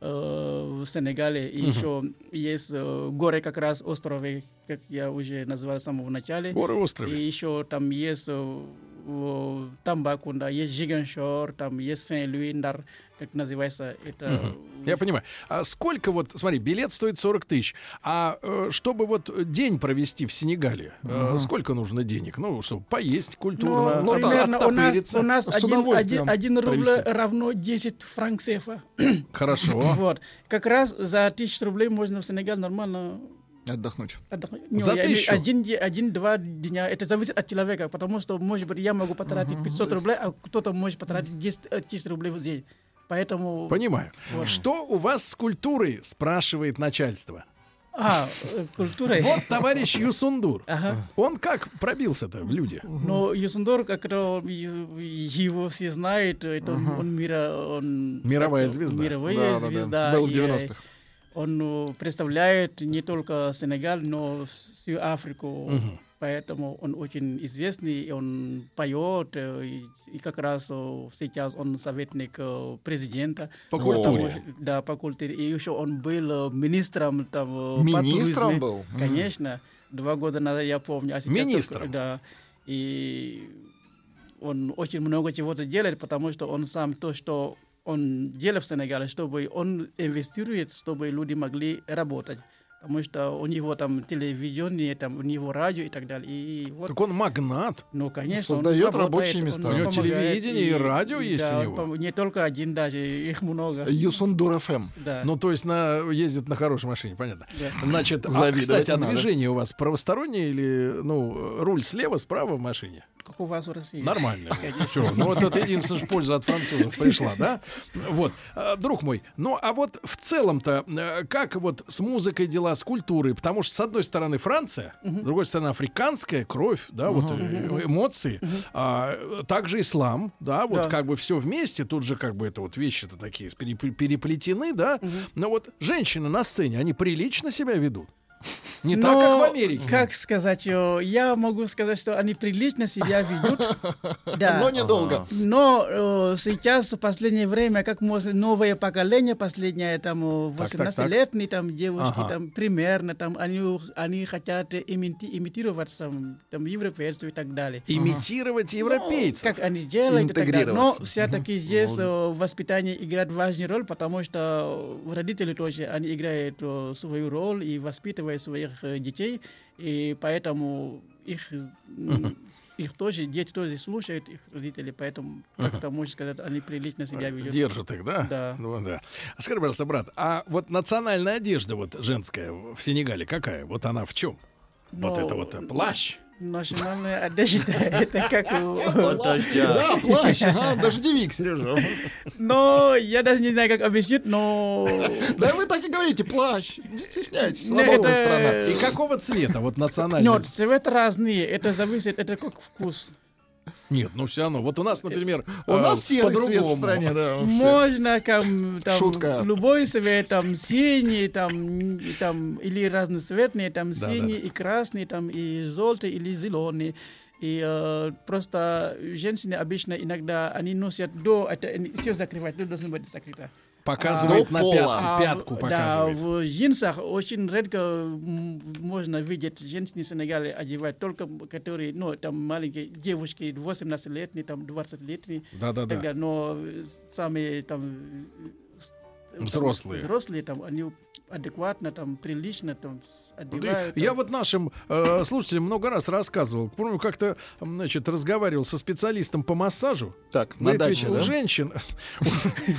Speaker 4: э, в Сенегале. И еще есть э, горы как раз островы, как я уже называл с самого начала.
Speaker 2: Горы
Speaker 4: И
Speaker 2: острове.
Speaker 4: еще там есть э, э, Тамбакунда, есть Жиганшор, там есть Сен-Луи, Ндар, как называется это.
Speaker 2: Я понимаю. А сколько вот, смотри, билет стоит 40 тысяч, а э, чтобы вот день провести в Сенегале, э, сколько нужно денек? Ну, чтобы поесть культурно,
Speaker 4: Ну,
Speaker 2: от-
Speaker 4: примерно у нас,
Speaker 2: оттопыриться.
Speaker 4: у нас
Speaker 3: С
Speaker 4: один,
Speaker 3: удовольствием
Speaker 4: один, один рубль
Speaker 3: провести.
Speaker 4: равно 10 франк сефа.
Speaker 2: Хорошо.
Speaker 4: [laughs] Вот. Как раз за 1000 рублей можно в Сенегал нормально
Speaker 3: Отдохнуть.
Speaker 4: отдохнуть. Не,
Speaker 2: За
Speaker 4: я имею-
Speaker 2: 1000?
Speaker 4: один, де- один-два дня. Это зависит от человека, потому что, может быть, я могу потратить 500 рублей, а кто-то может потратить 10 э, 1000 рублей вот здесь. Поэтому...
Speaker 2: Понимаю. Что у вас с культурой, спрашивает начальство.
Speaker 4: А, э,
Speaker 3: [laughs]
Speaker 4: культура.
Speaker 2: Вот товарищ Юсундур.
Speaker 4: Ага.
Speaker 2: Он как пробился-то в люди?
Speaker 4: Но Юсундор, как то его все знают, это он, он мира, он
Speaker 2: Мировая
Speaker 4: как-то
Speaker 2: звезда.
Speaker 4: Мировая звезда.
Speaker 3: Был в
Speaker 4: и, э,
Speaker 3: 90-х.
Speaker 4: Он э, представляет не только Сенегал, но всю Африку. Поэтому он очень известный, и он поет, э, и, и как раз э, сейчас он советник э, президента.
Speaker 2: По
Speaker 4: Потому
Speaker 2: культуре.
Speaker 4: что- да, по культуре. И еще он был э, министром там. э, по
Speaker 3: Министром
Speaker 4: туризму.
Speaker 3: был? Мгм.
Speaker 4: Конечно. Два года назад я помню. А сейчас только-
Speaker 2: Министром?
Speaker 4: да. И он очень много чего-то делает, потому что он сам то, что он делает в Сенегале, чтобы он инвестирует, чтобы люди могли работать. Потому что у него там телевидение, там у него радио и так далее. И вот,
Speaker 2: Так он магнат.
Speaker 4: ну, конечно,
Speaker 3: Создает
Speaker 4: он работает,
Speaker 3: рабочие
Speaker 4: он
Speaker 3: места.
Speaker 2: У него
Speaker 4: помогает,
Speaker 2: телевидение и радио есть
Speaker 4: да,
Speaker 2: у
Speaker 4: он
Speaker 2: него.
Speaker 4: пом- Не только один даже, их много.
Speaker 3: Юсундур Эм. ФМ.
Speaker 4: Да.
Speaker 2: Ну, то есть на, ездит на хорошей машине, понятно.
Speaker 4: Да.
Speaker 2: Значит, а,
Speaker 3: Завидовать
Speaker 2: кстати, а
Speaker 3: надо.
Speaker 2: движение у вас правостороннее или, ну, руль слева, справа в машине?
Speaker 4: как у вас в России. [laughs]
Speaker 2: Нормально. Все, ну вот это единственная же польза от французов пришла, да? Вот, А, друг мой, ну а вот в целом-то э, как вот с музыкой дела, с культурой? Потому что с одной стороны Франция, с другой стороны африканская кровь, да, вот э, эмоции, а, также ислам, да, вот
Speaker 4: Да.
Speaker 2: как бы все вместе, тут же как бы это вот вещи-то такие переп- переплетены, да? Но вот женщины на сцене, они прилично себя ведут? Не так, как
Speaker 4: Но,
Speaker 2: в Америке.
Speaker 4: Как сказать, э, я могу сказать, что они прилично себя ведут.
Speaker 2: [laughs]
Speaker 4: Да.
Speaker 3: Но недолго.
Speaker 5: Ага.
Speaker 4: Но э, сейчас в последнее время, как моз- новое поколение, последнее там
Speaker 2: Так, так, так.
Speaker 4: 18-летние там девушки,
Speaker 2: Ага.
Speaker 4: там примерно там они, у- они хотят имити- имитировать там, там европейцев и так далее.
Speaker 2: Имитировать европейцев.
Speaker 4: Ну, как они делают и так далее. Но
Speaker 5: Интегрироваться.
Speaker 4: все-таки здесь э, воспитание играет важную роль, потому что э, родители тоже они играют э, свою роль и воспитывают своих э, детей, и поэтому их м, их тоже дети тоже слушают их родители, поэтому как-то можно сказать они прилично
Speaker 2: Э,
Speaker 4: себя ведут.
Speaker 2: Держит их, да?
Speaker 4: Да.
Speaker 2: Ну, да. А Скажи, пожалуйста, брат, а вот национальная одежда вот женская в Сенегале какая? Вот она в чем?
Speaker 3: Ну,
Speaker 2: Вот
Speaker 4: Но-
Speaker 2: это вот э, плащ.
Speaker 4: Национальная одежда это как э,
Speaker 5: От дождя.
Speaker 3: Да,
Speaker 4: [laughs]
Speaker 3: плащ, ага, дождевик, Сережа.
Speaker 4: но я даже не знаю как объяснить, но
Speaker 3: Да вы так и говорите, плащ. Не стесняйтесь,
Speaker 2: Ну,
Speaker 4: Не,
Speaker 3: свободная
Speaker 4: это-
Speaker 3: страна.
Speaker 2: И какого цвета вот национальная?
Speaker 4: Нет, цвет разные, это зависит, это как вкус.
Speaker 2: Нет, ну все равно. Вот у нас, например,
Speaker 3: У
Speaker 2: э,
Speaker 3: нас серый цвет в
Speaker 2: по-другому.
Speaker 3: стране, да.
Speaker 2: Ну,
Speaker 3: у всех.
Speaker 4: Можно там, там
Speaker 3: Шутка.
Speaker 4: любой цвет, там синий, там, м, там или разноцветный, там
Speaker 2: Да, да,
Speaker 4: синий
Speaker 2: да.
Speaker 4: и красный, там и желтый или зеленый. И э, просто женщины обычно иногда они носят до, это все закрывать, до должно быть закрыто.
Speaker 2: Показывает
Speaker 3: А,
Speaker 2: на
Speaker 3: до пола.
Speaker 2: пятку, пятку
Speaker 4: в-
Speaker 2: показывает.
Speaker 4: Да, в джинсах очень редко м, можно видеть женщины в Сенегале одевать, только которые, ну, там маленькие девушки, 18-летние, там 20-летние,
Speaker 2: Да-да-да.
Speaker 4: тогда, но э, самые там э, с- там
Speaker 2: Взрослые.
Speaker 4: взрослые там они адекватно, там прилично, там
Speaker 2: Ну, ты-
Speaker 4: одевают.
Speaker 2: я
Speaker 4: там.
Speaker 2: вот нашим э, слушателям много раз рассказывал. Помню, как-то, м, значит, разговаривал со специалистом по массажу.
Speaker 3: Так, на
Speaker 2: Говорит, ведь
Speaker 3: даче,
Speaker 2: у
Speaker 3: да?
Speaker 2: женщин, [laughs]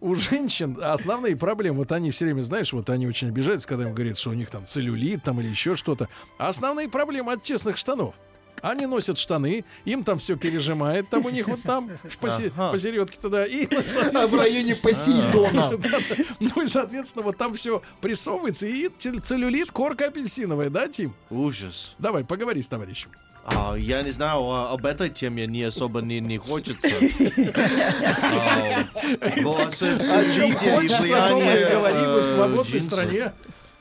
Speaker 2: у женщин основные проблемы, вот они все время, знаешь, вот они очень обижаются, когда им говорят, что у них там целлюлит там или еще что-то. А Основные проблемы от честных штанов. Они носят штаны, им там все пережимает, там у них вот там в посе-
Speaker 5: Ага.
Speaker 2: посередке туда и ну,
Speaker 3: А в
Speaker 2: [laughs]
Speaker 3: районе Посейдона.
Speaker 2: ну и соответственно вот там все прессовывается и цел- целлюлит, корка апельсиновая, да, Тим?
Speaker 5: Ужас.
Speaker 2: Давай поговори с товарищем.
Speaker 5: А, я не знаю, а, об этой теме не особо не, не хочется.
Speaker 2: [laughs]
Speaker 5: А, вот, с- судите и
Speaker 2: Хочешь, о том и
Speaker 5: влияние,
Speaker 2: говорим, мы в
Speaker 5: э,
Speaker 2: свободной
Speaker 5: джинсов.
Speaker 2: стране.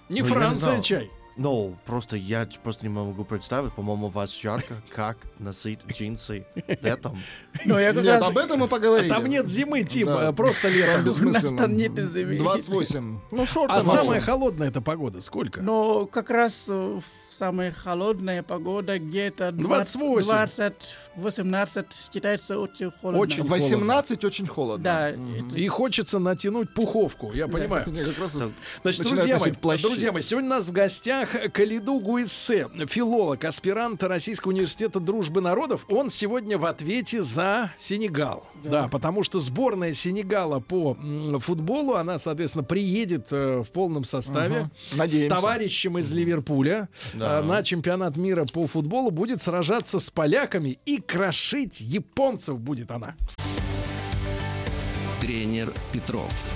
Speaker 2: Не
Speaker 5: Ну, я не
Speaker 2: Франция,
Speaker 5: знал.
Speaker 2: чай.
Speaker 5: Ну, просто я ч- просто не могу представить, по-моему, у вас жарко, как носить джинсы
Speaker 2: [laughs]
Speaker 5: летом.
Speaker 4: Но я как
Speaker 3: Нет,
Speaker 4: раз-
Speaker 3: об этом мы поговорили.
Speaker 2: Там нет зимы, Тим,
Speaker 3: Да.
Speaker 2: э, просто
Speaker 3: Там
Speaker 2: лето.
Speaker 4: У нас
Speaker 3: бессмысленно.
Speaker 4: там нет зимы.
Speaker 3: 28. Ну, шорты.
Speaker 2: А
Speaker 3: носим.
Speaker 2: самая холодная эта погода сколько?
Speaker 4: Но как раз э, в самая холодная погода где-то
Speaker 2: 28.
Speaker 4: 20-18 считается очень холодно.
Speaker 2: Очень. холодно.
Speaker 3: 18 очень холодно.
Speaker 4: Да, это-
Speaker 2: И хочется натянуть пуховку, я понимаю.
Speaker 3: Мне как раз вот-
Speaker 2: Значит,
Speaker 3: Начинают
Speaker 2: друзья мои,
Speaker 3: носить плащи.
Speaker 2: друзья мои, сегодня у нас в гостях Калиду Гуиссе, филолог, аспирант Российского университета дружбы народов. Он сегодня в ответе за Сенегал. Да, потому что сборная Сенегала по м, футболу, она, соответственно, приедет э, в полном составе
Speaker 3: Ага. Надеемся.
Speaker 2: с товарищем из Ливерпуля
Speaker 5: Да.
Speaker 2: э, на чемпионат мира по футболу будет сражаться с поляками и крошить японцев будет она.
Speaker 1: Тренер Петров.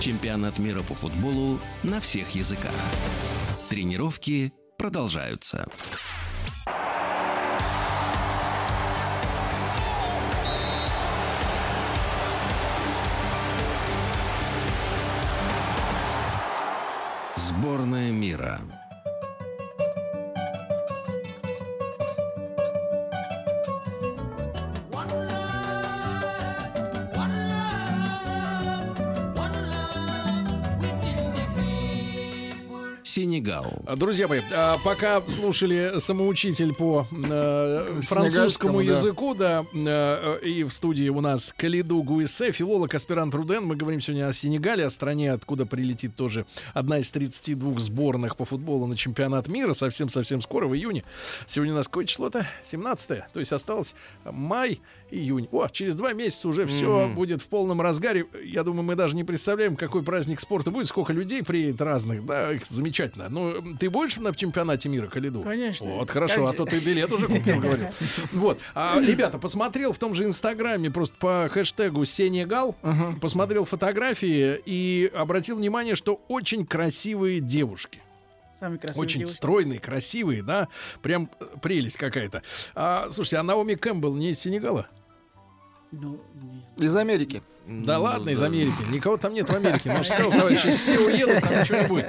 Speaker 1: Чемпионат мира по футболу на всех языках. Тренировки продолжаются. Сборная мира. Сенегал.
Speaker 2: А, Друзья мои, а, пока слушали самоучитель по э, французскому
Speaker 3: Сенегальскому, да.
Speaker 2: языку, да, э, э, и в студии у нас Калиду Гуиссе, филолог, аспирант Руден. Мы говорим сегодня о Сенегале, о стране, откуда прилетит тоже одна из 32 сборных по футболу на чемпионат мира совсем-совсем скоро, в июне. Сегодня у нас какое число-то? 17 То есть осталось май, июнь. О, через два месяца уже все будет в полном разгаре. Я думаю, мы даже не представляем, какой праздник спорта будет, сколько людей приедет разных, да, их замечательных замечательно. Ну, ты больше на чемпионате мира Калиду?
Speaker 4: Конечно.
Speaker 2: Вот, хорошо, а
Speaker 4: Как же.
Speaker 2: то ты билет уже купил, говорю. Вот. А, ребята, посмотрел в том же Инстаграме просто по хэштегу Сенегал, посмотрел фотографии и обратил внимание, что очень красивые девушки.
Speaker 4: Самый красивый
Speaker 2: Очень
Speaker 4: девушка.
Speaker 2: стройные, красивые, да. Прям э, прелесть какая-то. А, слушайте, а Наоми Кэмпбелл не из Сенегала?
Speaker 4: Ну, не-
Speaker 3: Из Америки.
Speaker 2: Да
Speaker 5: Ну
Speaker 2: ладно, из Америки. Никого там нет в Америке. Но сказал, товарищи, все уедут, там ничего не будет.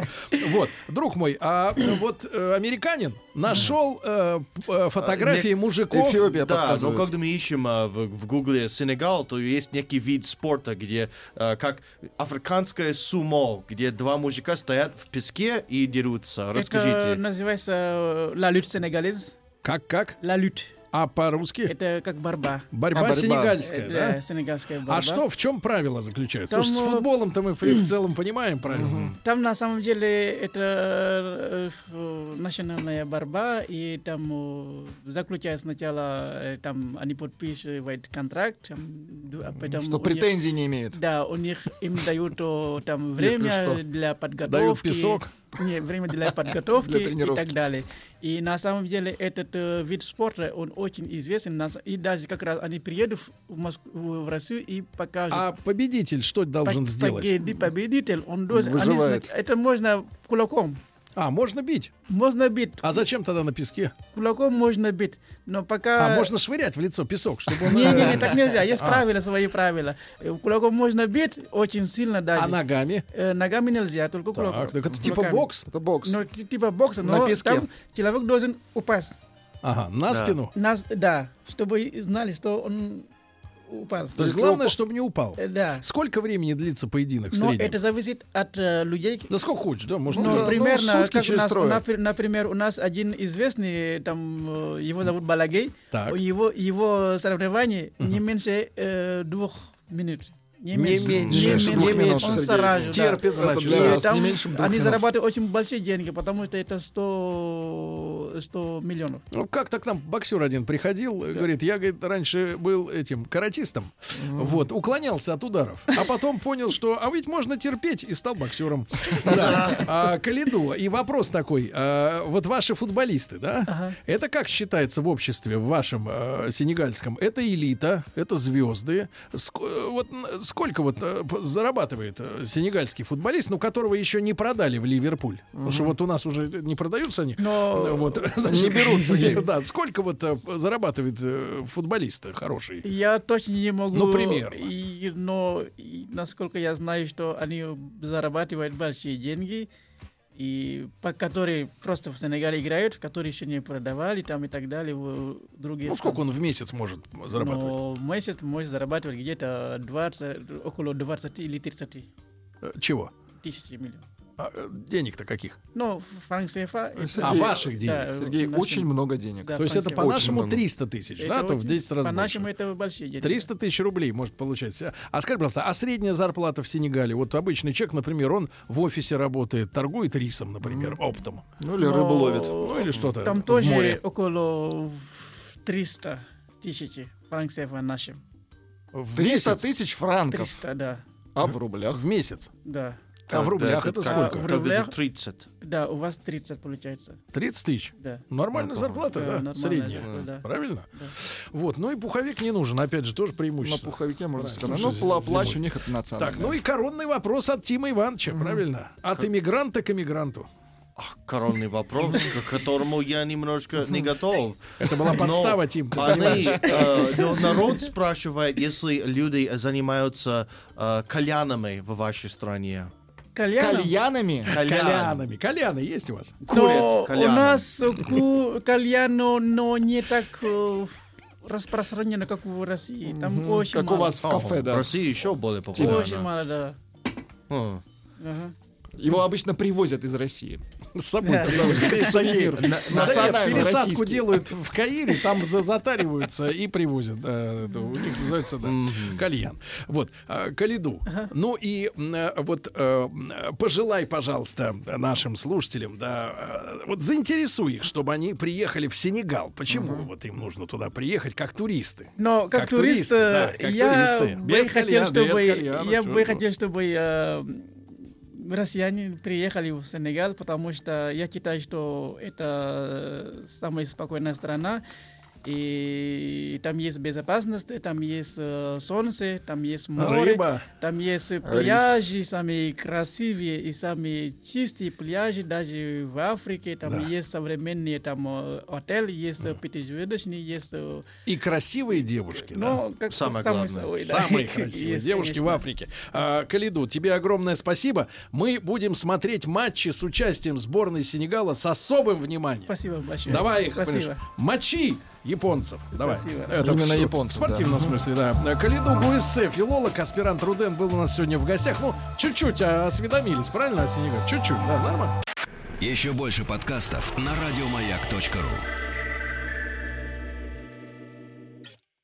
Speaker 2: Вот, друг мой, а вот э, американин нашел э, п- э, фотографии
Speaker 5: Э,
Speaker 2: мужиков.
Speaker 3: Эфиопия
Speaker 5: Да, но
Speaker 3: подсказывает.
Speaker 5: когда мы ищем а, в, в гугле Сенегал, то есть некий вид спорта, где а, как африканское сумо, где два мужика стоят в песке и дерутся.
Speaker 4: Это
Speaker 5: Расскажите.
Speaker 4: называется э, «La lutte sénégalaise».
Speaker 2: Как, как?
Speaker 4: «La lutte».
Speaker 2: А по-русски?
Speaker 4: Это как борьба.
Speaker 2: Борьба,
Speaker 3: А, борьба.
Speaker 2: сенегальская,
Speaker 4: Э,
Speaker 2: да?
Speaker 4: да, Сенегальская борьба.
Speaker 2: А что, в чем правила заключаются? Потому
Speaker 4: Там,
Speaker 2: что с
Speaker 4: э,
Speaker 2: футболом-то
Speaker 4: [clears throat]
Speaker 2: мы в в целом понимаем правила.
Speaker 4: Там на самом деле это э, э, национальная борьба, и там э, заключая сначала э, там они подписывают контракт, там, ду- а потом
Speaker 3: Что
Speaker 4: у них-
Speaker 3: претензий не имеет.
Speaker 4: Да, у них им дают э, там
Speaker 3: Если
Speaker 4: время
Speaker 3: что.
Speaker 4: для подготовки.
Speaker 2: песок.
Speaker 4: Не, время для подготовки
Speaker 3: Для
Speaker 4: и
Speaker 3: тренировки.
Speaker 4: так далее. И на самом деле этот э, вид спорта, он очень известен. На с- И даже как раз они приедут в, Москву, в Россию и покажут.
Speaker 2: А победитель что должен
Speaker 4: Пог-
Speaker 2: сделать?
Speaker 4: погоди, победитель, он должен... они
Speaker 3: Выживает.
Speaker 4: сна- это можно кулаком.
Speaker 2: А, можно бить.
Speaker 4: Можно бить.
Speaker 2: А зачем тогда на песке?
Speaker 4: Кулаком можно бить. Но пока...
Speaker 2: А можно швырять в лицо песок, чтобы
Speaker 4: [laughs]
Speaker 2: он...
Speaker 4: Не, не, не,
Speaker 2: э,
Speaker 4: так нельзя. Есть правила, свои правила. Э, Кулаком можно бить очень сильно даже.
Speaker 2: А ногами?
Speaker 4: Э, Ногами нельзя, только кулаком.
Speaker 2: Так, так это типа
Speaker 4: Кулаками.
Speaker 2: бокс.
Speaker 3: Это бокс.
Speaker 4: Ну, ти- типа бокса,
Speaker 3: На
Speaker 4: но
Speaker 3: песке.
Speaker 4: там человек должен упасть.
Speaker 2: Ага, на
Speaker 5: Да.
Speaker 2: спину.
Speaker 4: Нас, да, чтобы и знали, что он упал.
Speaker 2: То есть
Speaker 3: Если
Speaker 2: главное,
Speaker 3: упа-
Speaker 2: чтобы не упал.
Speaker 4: Э, Да.
Speaker 2: Сколько времени длится поединок в
Speaker 4: Но
Speaker 2: среднем?
Speaker 4: это зависит от э, людей,
Speaker 2: Да сколько хочешь, да, можно.
Speaker 4: Ну,
Speaker 3: да, ну,
Speaker 4: примерно,
Speaker 3: сутки
Speaker 4: как у
Speaker 3: через
Speaker 4: нас,
Speaker 3: трое.
Speaker 4: напр- например, у нас один известный, там, э, его зовут Балагей,
Speaker 2: Так.
Speaker 4: его, его соревнование не меньше э, двух минут.
Speaker 2: Не меньше
Speaker 4: не
Speaker 2: двух
Speaker 4: меньше.
Speaker 3: минут,
Speaker 4: Он
Speaker 3: Сергей.
Speaker 4: сразу, да.
Speaker 2: Терпит,
Speaker 3: Это
Speaker 2: значит.
Speaker 3: для
Speaker 4: Ну, И
Speaker 2: да.
Speaker 3: вас не
Speaker 4: там
Speaker 3: меньше двух
Speaker 4: они
Speaker 3: минут.
Speaker 4: зарабатывают очень большие деньги, потому что это 100, 100 миллионов.
Speaker 2: Ну, как-то к нам боксер один приходил, э, говорит, я, говорит, раньше был этим каратистом, вот, уклонялся от ударов, а потом понял, что, а ведь можно терпеть, и стал
Speaker 4: [laughs]
Speaker 2: боксером. Да. А, Калиду, и вопрос такой, а, вот ваши футболисты, да,
Speaker 4: Ага.
Speaker 2: это как считается в обществе, в вашем э, сенегальском? Это элита, это звезды. Ск- э, вот н- сколько вот э, п- зарабатывает э, сенегальский футболист, ну, которого еще не продали в Ливерпуль? Потому что вот у нас уже не продаются они.
Speaker 4: Но-
Speaker 2: Вот, [laughs]
Speaker 3: Не берут людей.
Speaker 2: Да, сколько вот э, зарабатывает э, футболист хороший?
Speaker 4: Я точно не могу...
Speaker 2: Ну, примерно.
Speaker 4: и- но, и насколько я знаю, что они зарабатывают большие деньги, и, по, которые просто в Сенегале играют, которые еще не продавали там и так далее, в другие...
Speaker 2: Ну, сколько он в месяц может зарабатывать?
Speaker 4: Но месяц может зарабатывать где-то 20, около 20 или 30
Speaker 2: Э, Чего?
Speaker 4: тысяч миллионов.
Speaker 2: А, э, Денег-то каких?
Speaker 4: Ну, франк CFA это-
Speaker 3: Сергей,
Speaker 2: А ваших денег?
Speaker 4: да,
Speaker 3: Сергей,
Speaker 4: нашим-
Speaker 3: очень много денег.
Speaker 4: да,
Speaker 2: То есть это
Speaker 4: франк CFA.
Speaker 2: по-нашему
Speaker 3: много.
Speaker 2: 300 тысяч,
Speaker 4: Это
Speaker 2: да? а То в
Speaker 4: очень-
Speaker 2: 10 раз больше.
Speaker 4: По-нашему это большие деньги.
Speaker 2: 300 тысяч рублей может получать. А- А скажи, пожалуйста, а средняя зарплата в Сенегале? Вот обычный человек, например, он в офисе работает, торгует рисом, например, оптом.
Speaker 3: Ну или
Speaker 4: Но
Speaker 3: рыбу ловит.
Speaker 2: Ну или что-то
Speaker 4: Там
Speaker 2: в море.
Speaker 4: тоже около в- 300 тысяч франков нашим.
Speaker 2: В
Speaker 3: 300
Speaker 2: месяц?
Speaker 3: тысяч франков.
Speaker 4: 300, да.
Speaker 3: А в рублях?
Speaker 2: В месяц.
Speaker 4: Да,
Speaker 2: А в рублях это
Speaker 4: как-
Speaker 2: сколько?
Speaker 4: в
Speaker 5: Тогда
Speaker 4: рублях?
Speaker 5: 30.
Speaker 4: да, у вас 30 получается,
Speaker 2: 30 тысяч.
Speaker 4: да.
Speaker 2: Нормальная
Speaker 5: Да,
Speaker 2: зарплата,
Speaker 4: да,
Speaker 2: да?
Speaker 4: нормальная
Speaker 2: Средняя.
Speaker 4: зарплата, да.
Speaker 2: Правильно?
Speaker 4: Да.
Speaker 2: Вот. Ну и пуховик не нужен, опять же, тоже
Speaker 3: На
Speaker 2: преимущество.
Speaker 3: пуховике можно
Speaker 2: Да,
Speaker 3: сказать.
Speaker 2: слушай,
Speaker 3: Ну, пла-
Speaker 2: зимой.
Speaker 3: плащ у них это национальный.
Speaker 2: Так, ну и коронный вопрос от Тима Ивановича, правильно? От иммигранта к иммигранту.
Speaker 5: Ах, коронный вопрос, к которому я немножко не готов.
Speaker 2: Это была
Speaker 5: Но
Speaker 2: подстава, Тим. ты
Speaker 5: Они,
Speaker 2: понимаешь?
Speaker 5: э, но народ спрашивает, если люди занимаются э, кальянами в вашей стране.
Speaker 4: Кальяном?
Speaker 3: Кальянами?
Speaker 5: Кальян.
Speaker 2: Кальянами. Кальяны есть у вас? [laughs]
Speaker 5: Курят
Speaker 4: Но у
Speaker 5: кальяном.
Speaker 4: нас э, ку- кальян, но- но не так э, распространено, как в России. Там очень
Speaker 3: Как у
Speaker 4: мало.
Speaker 3: вас в
Speaker 5: О,
Speaker 3: кафе,
Speaker 5: В
Speaker 3: да.
Speaker 5: России еще более
Speaker 4: Очень
Speaker 5: популярно.
Speaker 4: мало, да.
Speaker 5: Хм.
Speaker 4: Ага.
Speaker 3: Его обычно привозят из России.
Speaker 2: С собой.
Speaker 4: Да.
Speaker 2: потому что есть такие.
Speaker 3: Сувенир.
Speaker 2: Да,
Speaker 3: Национальный,
Speaker 2: Пересадку
Speaker 3: российский.
Speaker 2: делают в Каире, там за- затариваются и привозят. Да, это у них называется да, кальян. Вот, а, калиду. Ну и м, э, вот э, м, пожелай, пожалуйста, нашим слушателям, да, э, вот заинтересуй их, чтобы они приехали в Сенегал. Почему вот им нужно туда приехать как туристы?
Speaker 4: Но как,
Speaker 2: Как
Speaker 4: турист,
Speaker 2: туристы,
Speaker 4: э,
Speaker 2: да, как
Speaker 4: я
Speaker 2: туристы.
Speaker 4: бы
Speaker 2: Без
Speaker 4: хотел,
Speaker 2: кальяна, без
Speaker 4: чтобы
Speaker 2: кальяна,
Speaker 4: я
Speaker 2: чё
Speaker 4: бы
Speaker 2: вы.
Speaker 4: хотел, чтобы э, россияне приехали в Сенегал, потому что я считаю, что это самая спокойная страна. И там есть безопасность, там есть э, солнце, там есть море,
Speaker 2: Рыба.
Speaker 4: там есть пляжи, самые красивые и самые чистые пляжи даже в Африке. Там есть современные там э, отели, есть э, пятизвездочные, есть... э,
Speaker 2: И красивые девушки. да.
Speaker 4: ну, как
Speaker 5: Самое
Speaker 4: самый
Speaker 5: главное.
Speaker 4: собой, да. [laughs]
Speaker 2: Самые красивые
Speaker 4: Есть,
Speaker 2: девушки в
Speaker 4: конечно.
Speaker 2: Африке. А, Калиду, тебе огромное спасибо. Мы будем смотреть матчи с участием сборной Сенегала с особым вниманием.
Speaker 4: Спасибо большое.
Speaker 2: Давай их,
Speaker 4: Спасибо.
Speaker 2: понимаешь, мочи японцев. Давай.
Speaker 4: Спасибо.
Speaker 3: Именно
Speaker 2: в шо-
Speaker 3: японцев,
Speaker 2: В спортивном смысле, да. Калиду Гуэссе, филолог, аспирант Руден был у нас сегодня в гостях. Ну, чуть-чуть а, осведомились, правильно, о Сенегале? Чуть-чуть, да, нормально?
Speaker 1: Еще больше подкастов на радиомаяк.ру.